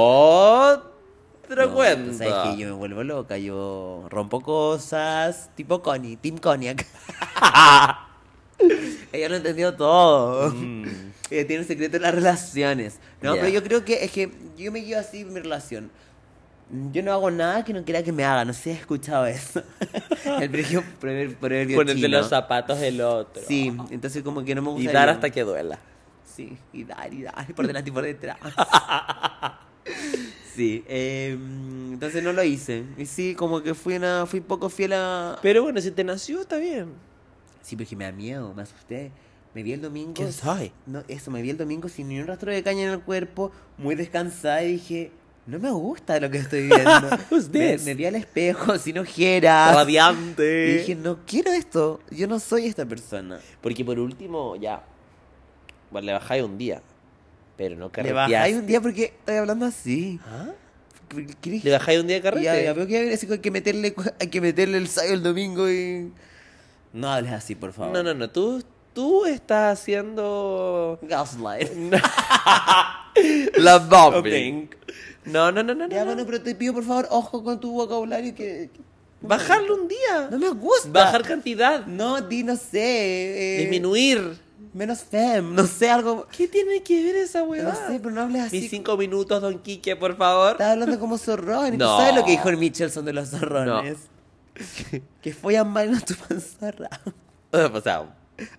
Speaker 1: otra
Speaker 2: No, tú
Speaker 1: cuenta.
Speaker 2: sabes que yo me vuelvo loca, yo rompo cosas, tipo Connie, Team Connie acá. Ella lo entendió todo.
Speaker 1: Mm.
Speaker 2: Ella eh, tiene el secreto de las relaciones. No,
Speaker 1: Ya.
Speaker 2: pero yo creo que es que yo me guío así en mi relación. Yo no hago nada que no quiera que me haga, no sé si has escuchado eso. el proverbio, proverbio, proverbio
Speaker 1: Ponerte
Speaker 2: chino.
Speaker 1: los zapatos del otro.
Speaker 2: Sí, entonces como que no me
Speaker 1: Y
Speaker 2: gusta.
Speaker 1: dar hasta que duela.
Speaker 2: Sí, y dar, y dar, por delante y por detrás. Sí, eh, entonces no lo hice. Y sí, como que fui una, fui poco fiel a...
Speaker 1: Pero bueno, si te nació, está bien.
Speaker 2: Sí, porque me da miedo, me asusté. Me vi el domingo...
Speaker 1: ¿Quién sabe?
Speaker 2: No, eso, me vi el domingo sin ni un rastro de caña en el cuerpo, muy descansada y dije... No me gusta lo que estoy viendo.
Speaker 1: Who's
Speaker 2: me,
Speaker 1: this?
Speaker 2: me vi al espejo sin ojeras. Y
Speaker 1: Radiante.
Speaker 2: Ah, dije, no quiero esto. Yo no soy esta persona.
Speaker 1: Porque por último, ya. Bueno, le bajáis un día. Pero no
Speaker 2: Le
Speaker 1: carreteas.
Speaker 2: bajáis un día porque estoy hablando así.
Speaker 1: ¿Ah?
Speaker 2: ¿Quieres
Speaker 1: Le bajáis un día de carrete.
Speaker 2: Ya, ya, pero que hay- así que hay que meterle, cu- hay que meterle el sábado el domingo y... No hables así, por favor.
Speaker 1: No, no, no. Tú, tú estás haciendo.
Speaker 2: Gaslight.
Speaker 1: La
Speaker 2: Bombing.
Speaker 1: No, no, no, no.
Speaker 2: Ya,
Speaker 1: no,
Speaker 2: bueno,
Speaker 1: no.
Speaker 2: pero te pido, por favor, ojo con tu vocabulario que... que-
Speaker 1: Bajarlo un día.
Speaker 2: No me gusta.
Speaker 1: Bajar cantidad.
Speaker 2: No, di, no sé. eh,
Speaker 1: Disminuir.
Speaker 2: Menos fem, no sé, algo...
Speaker 1: ¿Qué tiene que ver esa huevada?
Speaker 2: No sé, pero no hables así.
Speaker 1: Mis cinco minutos, Don Quique, por favor.
Speaker 2: Estás hablando como zorrones.
Speaker 1: No.
Speaker 2: ¿Tú sabes lo que dijo el Michelson de los zorrones? que follan mal y no chupan zorra.
Speaker 1: O sea,
Speaker 2: O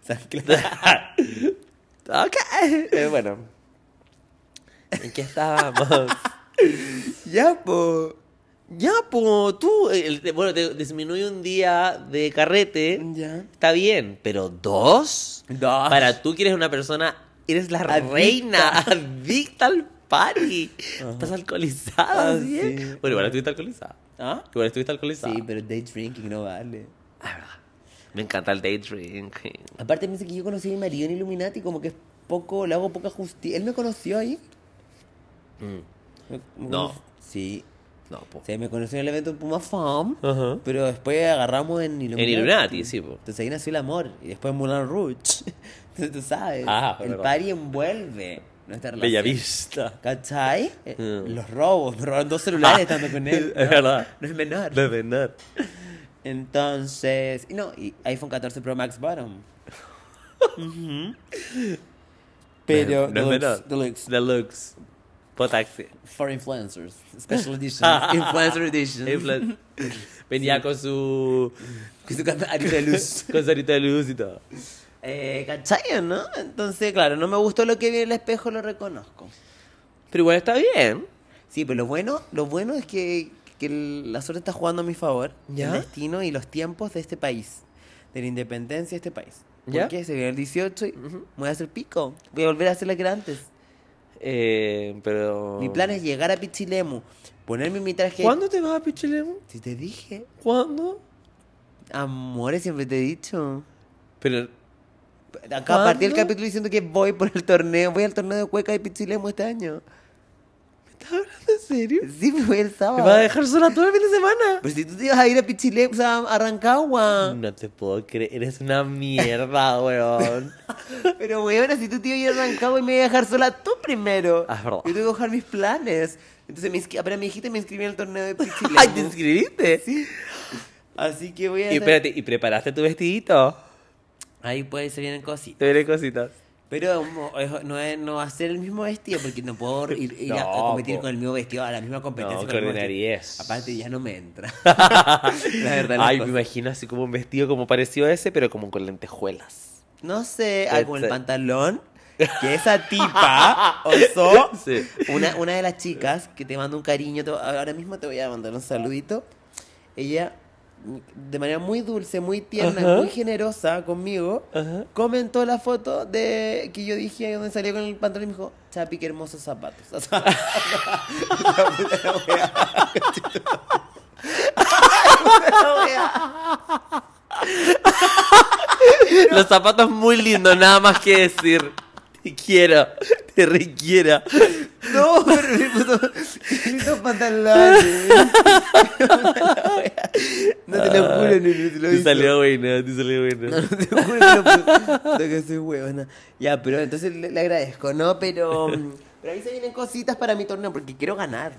Speaker 2: sea, claro.
Speaker 1: ok. Eh, bueno. ¿En qué estábamos?
Speaker 2: Ya, po.
Speaker 1: ya, pues tú, el- te- bueno, te disminuye un día de carrete,
Speaker 2: Ya.
Speaker 1: está bien, pero ¿Eh? dos,
Speaker 2: Dos.
Speaker 1: para tú que eres una persona, eres la
Speaker 2: Adicta.
Speaker 1: reina, adicta al party, estás alcoholizada,
Speaker 2: Ah,
Speaker 1: ¿sí?
Speaker 2: sí.
Speaker 1: Bueno, igual estuviste alcoholizada,
Speaker 2: ¿Ah?
Speaker 1: igual estuviste alcoholizada. Ah,
Speaker 2: Sí, pero day drinking no vale.
Speaker 1: Me encanta el day drinking.
Speaker 2: Aparte, piensa que yo conocí a mi marido en Illuminati, como que es poco, le hago poca justicia. Él me conoció ahí. Me- me
Speaker 1: Mm. No.
Speaker 2: conoció- Sí.
Speaker 1: No, po.
Speaker 2: Sí, me conoció en el evento en Puma Farm,
Speaker 1: Ajá.
Speaker 2: pero después agarramos en Illuminati.
Speaker 1: En Illuminati, sí, po.
Speaker 2: Entonces ahí nació el amor, y después Moulin Rouge. Entonces tú sabes,
Speaker 1: Ah,
Speaker 2: el
Speaker 1: verdad.
Speaker 2: party envuelve nuestra relación.
Speaker 1: Bellavista.
Speaker 2: ¿Cachai? Eh,
Speaker 1: Mm. Ah.
Speaker 2: Los robos, me robaron dos celulares estando con él.
Speaker 1: Es verdad.
Speaker 2: No es menor.
Speaker 1: De verdad.
Speaker 2: Entonces, y no, y iPhone 14 Pro Max Bottom. Ujú. Pero
Speaker 1: No es menor.
Speaker 2: deluxe, deluxe,
Speaker 1: Deluxe. Potaxi.
Speaker 2: for influencers, special edition, influencer edition.
Speaker 1: Influ- Venía con su.
Speaker 2: Con su campanito de luz.
Speaker 1: con su arito de luz y todo.
Speaker 2: Eh, ¿Cachai o no? Entonces, claro, no me gustó lo que vi en el espejo, lo reconozco.
Speaker 1: Pero igual está bien.
Speaker 2: Sí, pero lo bueno, lo bueno es que, que el- la suerte está jugando a mi favor.
Speaker 1: ¿Ya?
Speaker 2: El destino y los tiempos de este país. De la independencia de este país.
Speaker 1: ¿Ya?
Speaker 2: Porque se viene el 18 y me voy a hacer pico. Voy a volver a hacer la que era antes.
Speaker 1: Eh, pero.
Speaker 2: Mi plan es llegar a Pichilemu, ponerme mi traje.
Speaker 1: ¿Cuándo te vas a Pichilemu?
Speaker 2: Si te dije,
Speaker 1: ¿Cuándo?
Speaker 2: amores, siempre te he dicho.
Speaker 1: Pero.
Speaker 2: Acá partí el
Speaker 1: ¿Cuándo?
Speaker 2: capítulo diciendo que voy por el torneo, voy al torneo de cueca de Pichilemu este año.
Speaker 1: ¿Me estás hablando en serio?
Speaker 2: Sí, me voy el
Speaker 1: ¿Me
Speaker 2: sábado.
Speaker 1: vas a dejar sola todo el fin de semana?
Speaker 2: Pero si tú te ibas a ir a Pichilemu, o sea, a Rancagua.
Speaker 1: No te puedo creer. Eres una mierda, weón.
Speaker 2: Pero weón, si tú te ibas a ir a Rancagua y me ibas a dejar sola tú primero.
Speaker 1: Ah, es verdad.
Speaker 2: Yo tengo que dejar mis planes. Entonces, me inscri- apenas me dijiste, me inscribí en el torneo de Pichilemu.
Speaker 1: Ay, ¿te inscribiste?
Speaker 2: Sí. Así que voy a...
Speaker 1: Y espérate, ¿y preparaste tu vestidito?
Speaker 2: Ahí puede ser bien cositas.
Speaker 1: Te veré cositas.
Speaker 2: Pero mo- es- no, es- no va a ser el mismo vestido porque no puedo ir, ir a, a
Speaker 1: No,
Speaker 2: competir
Speaker 1: po.
Speaker 2: con el mismo vestido a la misma competencia.
Speaker 1: No,
Speaker 2: con el mismo
Speaker 1: qué
Speaker 2: vestido.
Speaker 1: ordinariez.
Speaker 2: Aparte ya no me entra. la verdad. las
Speaker 1: Ay, me
Speaker 2: cosas.
Speaker 1: imagino así como un vestido como parecido a ese, pero como con lentejuelas.
Speaker 2: no sé, algo en el pantalón. Que esa tipa osó.
Speaker 1: Sí.
Speaker 2: Una, una de las chicas que te mando un cariño, te- ahora mismo te voy a mandar un saludito. Ella, de manera muy dulce, muy tierna,
Speaker 1: Ajá.
Speaker 2: muy generosa conmigo,
Speaker 1: Ajá.
Speaker 2: comentó la foto de que yo dije donde salía con el pantalón y me dijo, Chapi, qué hermosos zapatos. O sea, la puta la wea. La wea.
Speaker 1: Los zapatos muy lindos, nada más que decir. Te quiero, te requiera.
Speaker 2: No, pero me puso escrito pantalones. La wea. No te lo juro, no, no te lo
Speaker 1: Ah, Te
Speaker 2: hizo.
Speaker 1: salió buena, te salió
Speaker 2: No,
Speaker 1: buena.
Speaker 2: no te juro que lo puedo. que soy huevona. Ya, pero entonces le, le agradezco, ¿no? Pero, mm, pero ahí se vienen cositas para mi torneo porque quiero ganar.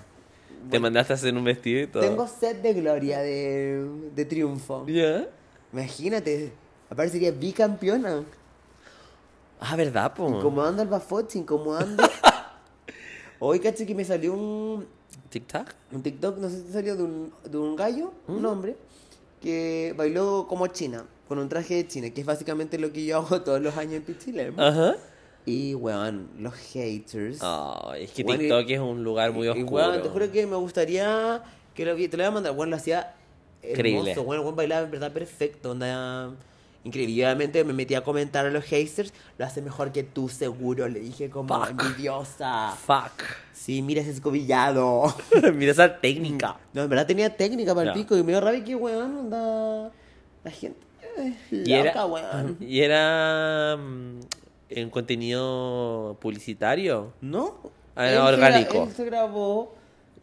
Speaker 1: Te mandaste a hacer un vestido y todo.
Speaker 2: Tengo sed de gloria, de, de triunfo.
Speaker 1: ¿Ya?
Speaker 2: Imagínate, aparte sería bicampeona.
Speaker 1: Ah, ¿verdad, po?
Speaker 2: Incomodando al Bafochi, incomodando. Hoy, caché que me salió un,
Speaker 1: ¿Tic-tac?
Speaker 2: un TikTok, no sé si salió de un, de un gallo,
Speaker 1: ¿Mm?
Speaker 2: un hombre, que bailó como china, con un traje de china, que es básicamente lo que yo hago todos los años en Pichilemu.
Speaker 1: Ajá.
Speaker 2: Y, weón, los haters.
Speaker 1: Ay, es que
Speaker 2: Bueno, y-
Speaker 1: TikTok es un lugar Ah, muy
Speaker 2: Y,
Speaker 1: oscuro.
Speaker 2: weón, te juro que me gustaría que lo vi. Te lo voy a mandar. Weón, lo hacía
Speaker 1: Increíble.
Speaker 2: hermoso. Weón, weón bailaba en verdad perfecto. Onda... Increíble. Y obviamente me metí a comentar a los haters. Lo hace mejor que tú, seguro. Le dije como
Speaker 1: Fuck.
Speaker 2: envidiosa.
Speaker 1: Fuck.
Speaker 2: Sí, mira ese escobillado.
Speaker 1: Mira esa técnica.
Speaker 2: No, en verdad tenía técnica para el
Speaker 1: Ya.
Speaker 2: pico. Y me dio rabia que, weón, onda... La gente... eh,
Speaker 1: Y
Speaker 2: Loca,
Speaker 1: era,
Speaker 2: weón.
Speaker 1: y era mm, en contenido publicitario.
Speaker 2: ¿No?
Speaker 1: Ah,
Speaker 2: Él
Speaker 1: no,
Speaker 2: se gra-
Speaker 1: orgánico.
Speaker 2: él se grabó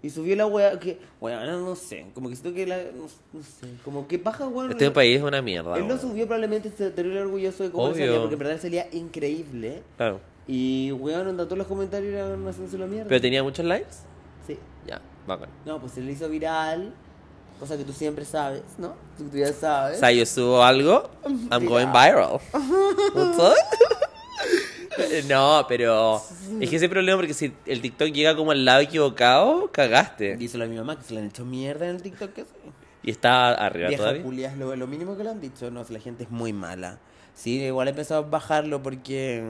Speaker 2: y subió la weá que, weón, no sé, como que siento que la, no, no sé, como que baja weón.
Speaker 1: Este país es una mierda.
Speaker 2: él lo
Speaker 1: weón.
Speaker 2: subió probablemente se terrible orgulloso de cómo le
Speaker 1: Obvio.
Speaker 2: salía, porque en verdad le salía increíble.
Speaker 1: Claro.
Speaker 2: Y weón, onda, todos los comentarios eran haciéndose la mierda.
Speaker 1: ¿Pero tenía muchos likes?
Speaker 2: Sí.
Speaker 1: Ya, bacán.
Speaker 2: No, pues se le hizo viral, cosa que tú siempre sabes, ¿no? Tú, tú ya
Speaker 1: O
Speaker 2: sabes.
Speaker 1: sea, yo subo algo, I'm going viral. ¿Cachai? No, pero es que ese problema porque si el TikTok llega como al lado equivocado, cagaste.
Speaker 2: Dice a mi mamá que se le han hecho mierda en el TikTok. que sí.
Speaker 1: Y está arriba
Speaker 2: Vieja
Speaker 1: todavía.
Speaker 2: culia es lo, lo mínimo que le han dicho. No, si la gente es muy mala. Sí, igual he pensado en bajarlo porque.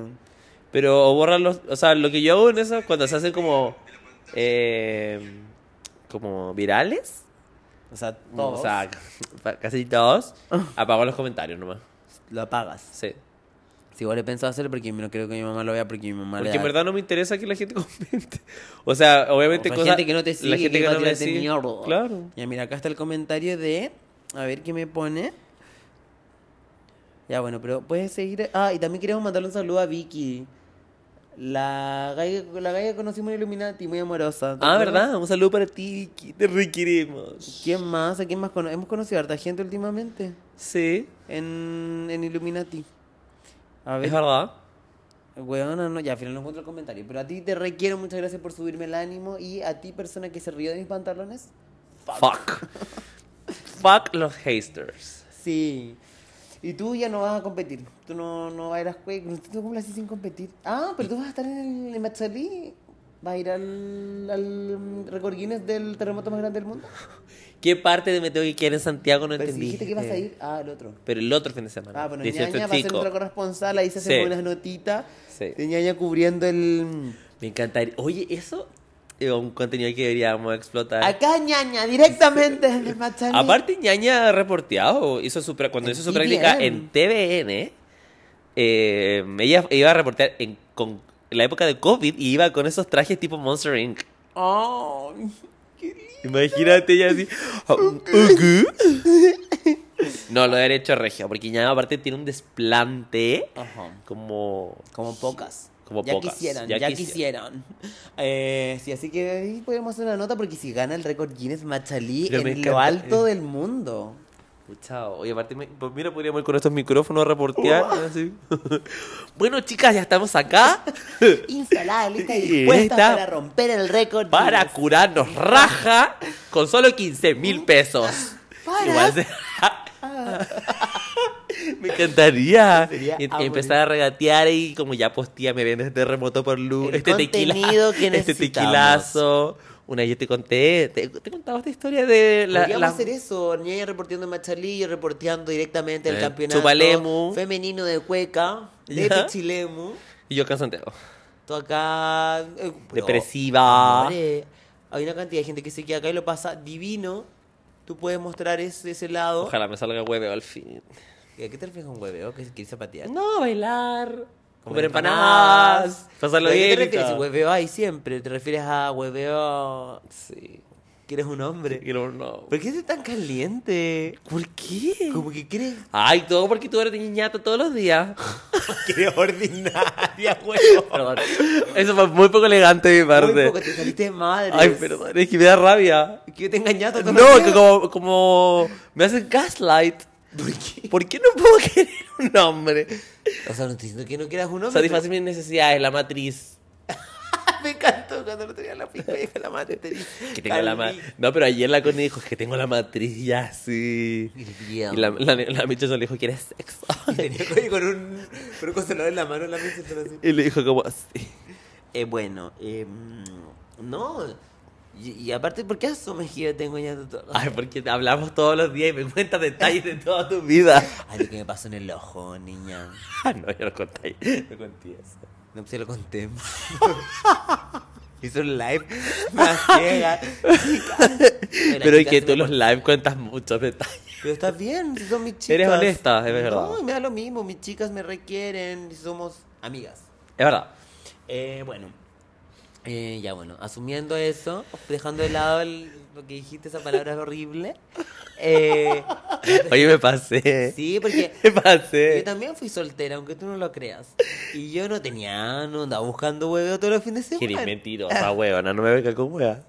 Speaker 1: Pero borran los, o sea, lo que yo hago en eso cuando se hacen como eh, como virales,
Speaker 2: O sea,
Speaker 1: o
Speaker 2: todos Ah.
Speaker 1: sea, casi todos, apago los comentarios nomás.
Speaker 2: lo apagas.
Speaker 1: Sí.
Speaker 2: Sí, igual he pensado hacerlo porque no creo que mi mamá lo vea porque mi mamá le
Speaker 1: Porque
Speaker 2: da-
Speaker 1: en verdad no me interesa que la gente comente. O sea, obviamente
Speaker 2: O sea,
Speaker 1: cosas-
Speaker 2: gente que no te sigue,
Speaker 1: la gente
Speaker 2: que
Speaker 1: que
Speaker 2: va
Speaker 1: no
Speaker 2: a
Speaker 1: me
Speaker 2: tirarte
Speaker 1: sigue.
Speaker 2: mierda.
Speaker 1: Claro.
Speaker 2: Ya, mira, acá está el comentario de. A ver qué me pone. Ya, bueno, pero puedes seguir. Ah, y también queremos mandarle un saludo a Vicky. La galla, la galla que conocimos en Illuminati, muy amorosa. ¿Te
Speaker 1: Ah,
Speaker 2: acuerdas?
Speaker 1: ¿verdad? Un saludo para ti, Vicky. Te requerimos.
Speaker 2: ¿Quién más? ¿A quién más cono- Hemos conocido a harta gente últimamente
Speaker 1: Sí,
Speaker 2: en, en Illuminati. A
Speaker 1: es
Speaker 2: ver,
Speaker 1: verdad.
Speaker 2: weona, no, ya al final no encuentro el comentario. Pero a ti te requiero, muchas gracias por subirme el ánimo. Y a ti, persona que se rió de mis pantalones,
Speaker 1: Fuck. Fuck los haters.
Speaker 2: sí. Y tú ya no vas a competir. Tú no, no vas a ir a escuela. ¿Tú cómo lo haces sin competir? Ah, pero tú vas a estar en el en Machalí. ¿Vas a ir al, al récord Guinness del terremoto más grande del mundo?
Speaker 1: ¿Qué parte de me tengo que quedar en Santiago no
Speaker 2: Pero si
Speaker 1: entendí?
Speaker 2: dijiste que vas a ir ah, al otro.
Speaker 1: Pero el otro fin de semana.
Speaker 2: Ah, bueno,
Speaker 1: 18
Speaker 2: ñaña va a ser
Speaker 1: chico.
Speaker 2: nuestra corresponsal, ahí se hace
Speaker 1: Sí.
Speaker 2: como unas notitas
Speaker 1: Sí.
Speaker 2: de ñaña cubriendo el...
Speaker 1: Me encantaría. Oye, eso es un contenido que deberíamos explotar.
Speaker 2: Acá ñaña, directamente desde Machalí.
Speaker 1: Aparte, Ñaña reporteado. Hizo su, pra- cuando
Speaker 2: En
Speaker 1: hizo su práctica en TVN, eh, ella iba a reportear en, con en la época de COVID y iba con esos trajes tipo Monster Inc.
Speaker 2: Oh, qué lindo.
Speaker 1: Imagínate ella así. "Ugu". No, lo de derecho regio, porque Ñaña aparte tiene un desplante
Speaker 2: Ajá.
Speaker 1: como...
Speaker 2: Como pocas.
Speaker 1: Como
Speaker 2: ya
Speaker 1: pocas,
Speaker 2: Quisieran, ya,
Speaker 1: ya
Speaker 2: quisieran, Eh, sí, así que ahí podemos hacer una nota porque si gana el récord Guinness Machalí
Speaker 1: Pero me
Speaker 2: en lo
Speaker 1: encanta,
Speaker 2: alto
Speaker 1: eh.
Speaker 2: del mundo.
Speaker 1: Pucha, oye, aparte, me- pues mira, podríamos ir con estos micrófonos a reportear. así. bueno, chicas, ya estamos acá
Speaker 2: Instalada, lista y
Speaker 1: Y
Speaker 2: dispuesta
Speaker 1: esta-
Speaker 2: para romper el récord
Speaker 1: para
Speaker 2: Guinness.
Speaker 1: curarnos raja con solo 15 mil pesos.
Speaker 2: Para.
Speaker 1: Igual se- Me encantaría
Speaker 2: Sería
Speaker 1: em-
Speaker 2: amor.
Speaker 1: empezar a regatear y como ya postía, me ven este terremoto por luz,
Speaker 2: El
Speaker 1: este tequila,
Speaker 2: contenido que
Speaker 1: este
Speaker 2: necesitamos.
Speaker 1: tequilazo, Una vez yo te conté, te, te contaba esta historia de la...
Speaker 2: Podríamos
Speaker 1: la-
Speaker 2: hacer eso, Orñella reporteando en Machalí, reporteando directamente el
Speaker 1: Eh,
Speaker 2: campeonato
Speaker 1: Chupalemu.
Speaker 2: femenino de cueca, de
Speaker 1: Ya.
Speaker 2: Pichilemu.
Speaker 1: Y yo acá en Santiago.
Speaker 2: Tú acá. eh, pero,
Speaker 1: Depresiva.
Speaker 2: amores, hay una cantidad de gente que se queda acá y lo pasa divino. Tú puedes mostrar ese, ese lado.
Speaker 1: Ojalá me salga hueveo al fin.
Speaker 2: ¿Y ¿A qué te refieres con hueveo? ¿Que quieres zapatear?
Speaker 1: No, bailar, comer empanadas, pasarlo
Speaker 2: ¿A qué
Speaker 1: bien
Speaker 2: te
Speaker 1: y
Speaker 2: refieres?
Speaker 1: todo.
Speaker 2: Hueveo ahí siempre. ¿Te refieres a hueveo?
Speaker 1: Sí.
Speaker 2: Que eres un hombre.
Speaker 1: Quiero no.
Speaker 2: ¿Por qué eres tan caliente?
Speaker 1: ¿Por qué?
Speaker 2: Como que crees
Speaker 1: Ay, todo porque tú eres niñata todos los días.
Speaker 2: que ordinaria, huevo.
Speaker 1: Perdón. Eso fue muy poco elegante de mi parte.
Speaker 2: Muy poco, te saliste de madre.
Speaker 1: Ay, perdón, es que me da rabia.
Speaker 2: Que yo te he engañado todos los
Speaker 1: No, que
Speaker 2: días.
Speaker 1: como, como me hacen gaslight.
Speaker 2: ¿Por qué?
Speaker 1: ¿Por qué no puedo querer un hombre?
Speaker 2: O sea, no estoy diciendo que no quieras un hombre. pero-
Speaker 1: Satisface mis necesidades, la matriz.
Speaker 2: Me encantó cuando no tenía la pico y la madre.
Speaker 1: Que tengo la ma- No, pero ayer la Connie dijo, es que tengo la matriz ya, sí. Y la, la, la Micho solo le dijo, ¿quieres sexo?
Speaker 2: tenía con un, con un consolador en la mano en la mesa. todo así.
Speaker 1: Y le dijo como así.
Speaker 2: Eh, bueno, eh, mm, no. Y, y aparte, ¿por qué asomes que yo tengo ya todo?
Speaker 1: Ay, porque hablamos todos los días y me cuentas detalles de toda tu vida.
Speaker 2: Ay, lo que me pasó en el ojo, niña.
Speaker 1: Ah, no, yo no conté, no conté eso.
Speaker 2: No pues, se lo conté. Hizo un live más ciega.
Speaker 1: Pero es que tú en los live cuentas muchos detalles.
Speaker 2: Pero estás bien, si son mis chicas.
Speaker 1: Eres honesta, es verdad.
Speaker 2: No, me da lo mismo, mis chicas me requieren, somos amigas.
Speaker 1: Es verdad.
Speaker 2: Eh, bueno, Eh, ya bueno, asumiendo eso, dejando de lado el- lo que dijiste, esa palabra es horrible. Eh,
Speaker 1: Oye, me pasé.
Speaker 2: sí, porque
Speaker 1: Me
Speaker 2: yo
Speaker 1: pasé.
Speaker 2: también fui soltera, aunque tú no lo creas. Y yo no tenía, no andaba buscando hueveo todos los fines de
Speaker 1: Que eres
Speaker 2: semana. Ah.
Speaker 1: mentirosa, huevona. No me vengas con hueá.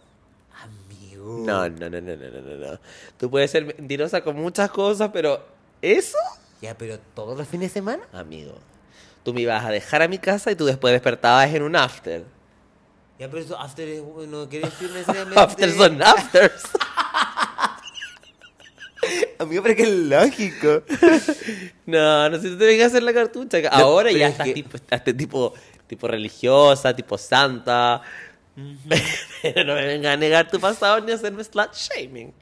Speaker 2: Amigo.
Speaker 1: No, no, no, no, no, no, no, no. Tú puedes ser mentirosa con muchas cosas, pero ¿eso?
Speaker 2: Ya, pero todos los fines de semana.
Speaker 1: Amigo, tú me ibas a dejar a mi casa y tú después despertabas en un after.
Speaker 2: Ya, pero eso after es, no quiere decir necesariamente.
Speaker 1: Afters son afters.
Speaker 2: Amigo, pero que es lógico.
Speaker 1: No, no sé, tú te vengas a hacer la cartucha. Ahora
Speaker 2: pero
Speaker 1: ya
Speaker 2: es
Speaker 1: estás
Speaker 2: que-
Speaker 1: tipo, estás de tipo, tipo religiosa, tipo santa. Pero no me vengas a negar tu pasado ni a hacerme slut shaming.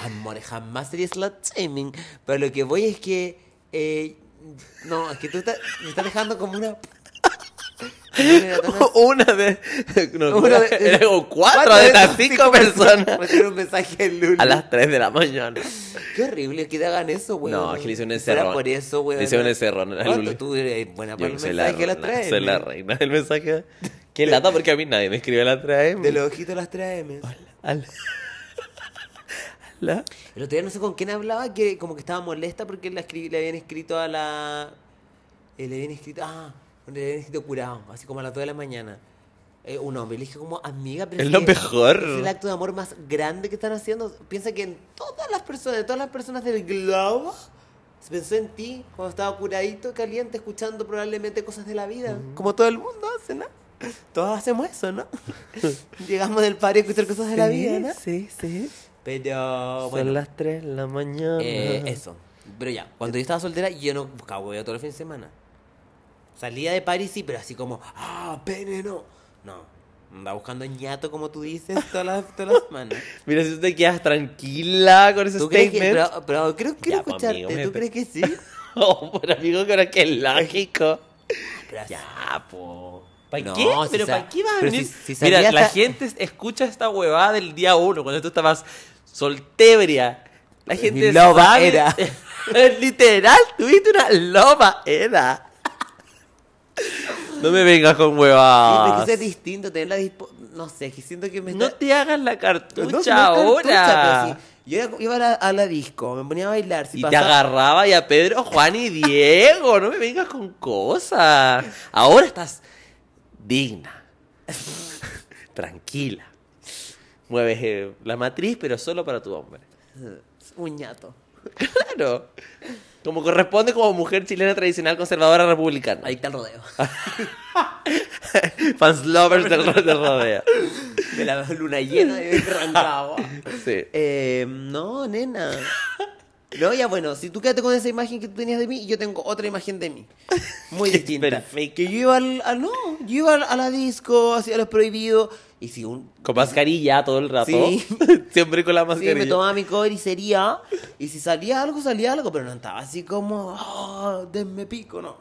Speaker 2: Amor, jamás sería slut shaming. Pero lo que voy es que. eh, no, es que tú estás, me estás dejando como una. Como
Speaker 1: Una de. No,
Speaker 2: Una de-
Speaker 1: era como cuatro de las cinco personas.
Speaker 2: Me tiró un mensaje el lunes.
Speaker 1: A las 3 de la mañana.
Speaker 2: Qué horrible que te hagan eso, güey.
Speaker 1: No, es que le hice un
Speaker 2: Era
Speaker 1: encerrón.
Speaker 2: por eso, güey.
Speaker 1: Le hice un encerrón al lunes.
Speaker 2: Tú eres buena para
Speaker 1: Yo
Speaker 2: el
Speaker 1: pues, soy la,
Speaker 2: mensaje a las
Speaker 1: reina,
Speaker 2: 3.
Speaker 1: soy la reina del mensaje. Qué lata, porque a mí nadie me escribe a las 3.
Speaker 2: De los ojitos a las 3
Speaker 1: Al- Ala.
Speaker 2: El otro día no sé con quién hablaba, que como que estaba molesta porque la escri- le habían escrito a la. eh, le habían escrito. Ah, le habían escrito curado, así como a las 2 de la mañana. Eh, un hombre. Le dije como amiga, pero.
Speaker 1: Es lo
Speaker 2: que
Speaker 1: mejor.
Speaker 2: Es el acto de amor más grande que están haciendo. Piensa que en todas las personas, de todas las personas del globo, se pensó en ti cuando estaba curadito, caliente, escuchando probablemente cosas de la vida. Como todo el mundo hace, ¿no? Todos hacemos eso, ¿no? Llegamos del parque a escuchar cosas de la vida, ¿no?
Speaker 1: Sí, sí.
Speaker 2: Pero.
Speaker 1: Son
Speaker 2: Bueno,
Speaker 1: las 3 de la mañana.
Speaker 2: eh, eso. Pero ya, cuando yo estaba soltera, yo no buscaba hueveo todos los fines de semana. Salía de París, sí, pero así como, ah, pene, no. No, andaba buscando ñato, como tú dices, todas las, todas las semanas.
Speaker 1: Mira, si tú te quedas tranquila con ese
Speaker 2: ¿Tú crees que,
Speaker 1: statement.
Speaker 2: pero, pero creo quiero
Speaker 1: Ya, pues,
Speaker 2: escucharte,
Speaker 1: amigo,
Speaker 2: ¿tú
Speaker 1: me-
Speaker 2: crees que sí?
Speaker 1: Oh, por amigo, creo que es lógico.
Speaker 2: Pero así-
Speaker 1: Ya, po. ¿Para
Speaker 2: No,
Speaker 1: qué?
Speaker 2: si
Speaker 1: ¿Pero
Speaker 2: sa-
Speaker 1: para qué va a
Speaker 2: pero
Speaker 1: venir?
Speaker 2: si- si
Speaker 1: Mira,
Speaker 2: sabía
Speaker 1: la
Speaker 2: hasta-
Speaker 1: gente es- escucha esta huevada del día uno, cuando tú estabas soltebria. La
Speaker 2: Mi
Speaker 1: gente
Speaker 2: loba
Speaker 1: sabe-
Speaker 2: era.
Speaker 1: Literal, tuviste una loba era. No me vengas con
Speaker 2: Sí, pero es
Speaker 1: huevadas.
Speaker 2: que eso es distinto, tener la dispo- No sé, que siento que me
Speaker 1: Ah. No
Speaker 2: está-
Speaker 1: te hagas la
Speaker 2: No,
Speaker 1: cartucha
Speaker 2: no es
Speaker 1: ahora.
Speaker 2: cartucha, pero sí. Yo era- iba a la, a la disco, me ponía a bailar. Si
Speaker 1: Y te
Speaker 2: pasaba-
Speaker 1: agarraba y a Pedro, Juan y Diego. No me vengas con cosas. Ahora estás digna. Tranquila. Mueves eh, la matriz, pero solo para tu hombre.
Speaker 2: Un ñato.
Speaker 1: Claro. Como corresponde como mujer chilena tradicional conservadora republicana.
Speaker 2: Ahí está el rodeo.
Speaker 1: Fans lovers del, ro- del rodeo.
Speaker 2: De la luna llena de Rancagua.
Speaker 1: Sí.
Speaker 2: Eh, no, Eh, nena. No, ya bueno, si tú quedaste con esa imagen que tú tenías de mí, yo tengo otra imagen de mí. Muy
Speaker 1: Qué
Speaker 2: distinta.
Speaker 1: perfecto.
Speaker 2: Que yo iba al, al- no, yo iba al- a la disco, hacía los prohibidos. Y si un
Speaker 1: Con mascarilla todo el rato.
Speaker 2: Sí.
Speaker 1: Siempre con la
Speaker 2: Sí,
Speaker 1: mascarilla.
Speaker 2: me tomaba mi coricería y si salía algo, salía algo, pero no estaba así como, ah, denme pico, no.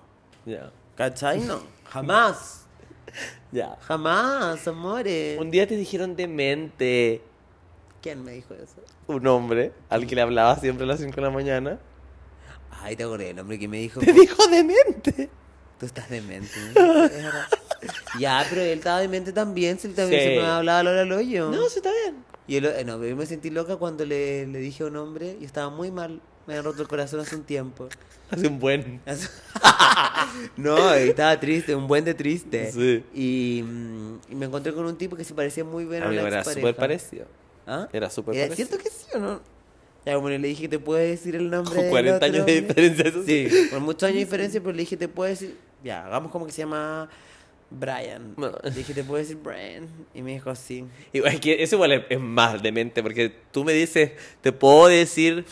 Speaker 1: Ya,
Speaker 2: ¿Cachai? No. Jamás.
Speaker 1: ya.
Speaker 2: Jamás, amores.
Speaker 1: Un día te dijeron demente
Speaker 2: ¿Quién me dijo eso?
Speaker 1: un hombre al que le hablaba siempre a las 5 de la mañana.
Speaker 2: Ay, te acordé el hombre que me dijo,
Speaker 1: Te dijo demente.
Speaker 2: tú estás demente. ¿no? Es verdad. ya, pero él estaba demente también, si él también
Speaker 1: Sí.
Speaker 2: se me hablaba a la hora del hoyo.
Speaker 1: No, sí, está bien.
Speaker 2: Y el- eh, no, pero yo me sentí loca cuando le, le dije a un hombre, yo estaba muy mal, me había roto el corazón hace un tiempo.
Speaker 1: Hace un buen.
Speaker 2: No, estaba triste, un buen de triste.
Speaker 1: Sí.
Speaker 2: Y, mm, y me encontré con un tipo que se parecía muy bien a
Speaker 1: Amigo,
Speaker 2: una
Speaker 1: era
Speaker 2: expareja.
Speaker 1: súper parecido.
Speaker 2: ¿Ah?
Speaker 1: Era súper
Speaker 2: ¿Era
Speaker 1: parecido.
Speaker 2: cierto que sí o no? Ya, bueno, le dije que te puedes decir el nombre.
Speaker 1: Con
Speaker 2: del
Speaker 1: 40
Speaker 2: otro
Speaker 1: años de
Speaker 2: hombre.
Speaker 1: diferencia, eso sí.
Speaker 2: Sí, con muchos años de diferencia, pero le dije te puedes decir. Ya, hagamos como que se llama Brian.
Speaker 1: No.
Speaker 2: Le dije te puedes decir Brian. Y me dijo así.
Speaker 1: Igual es que eso igual es, es más demente, porque tú me dices, te puedo decir,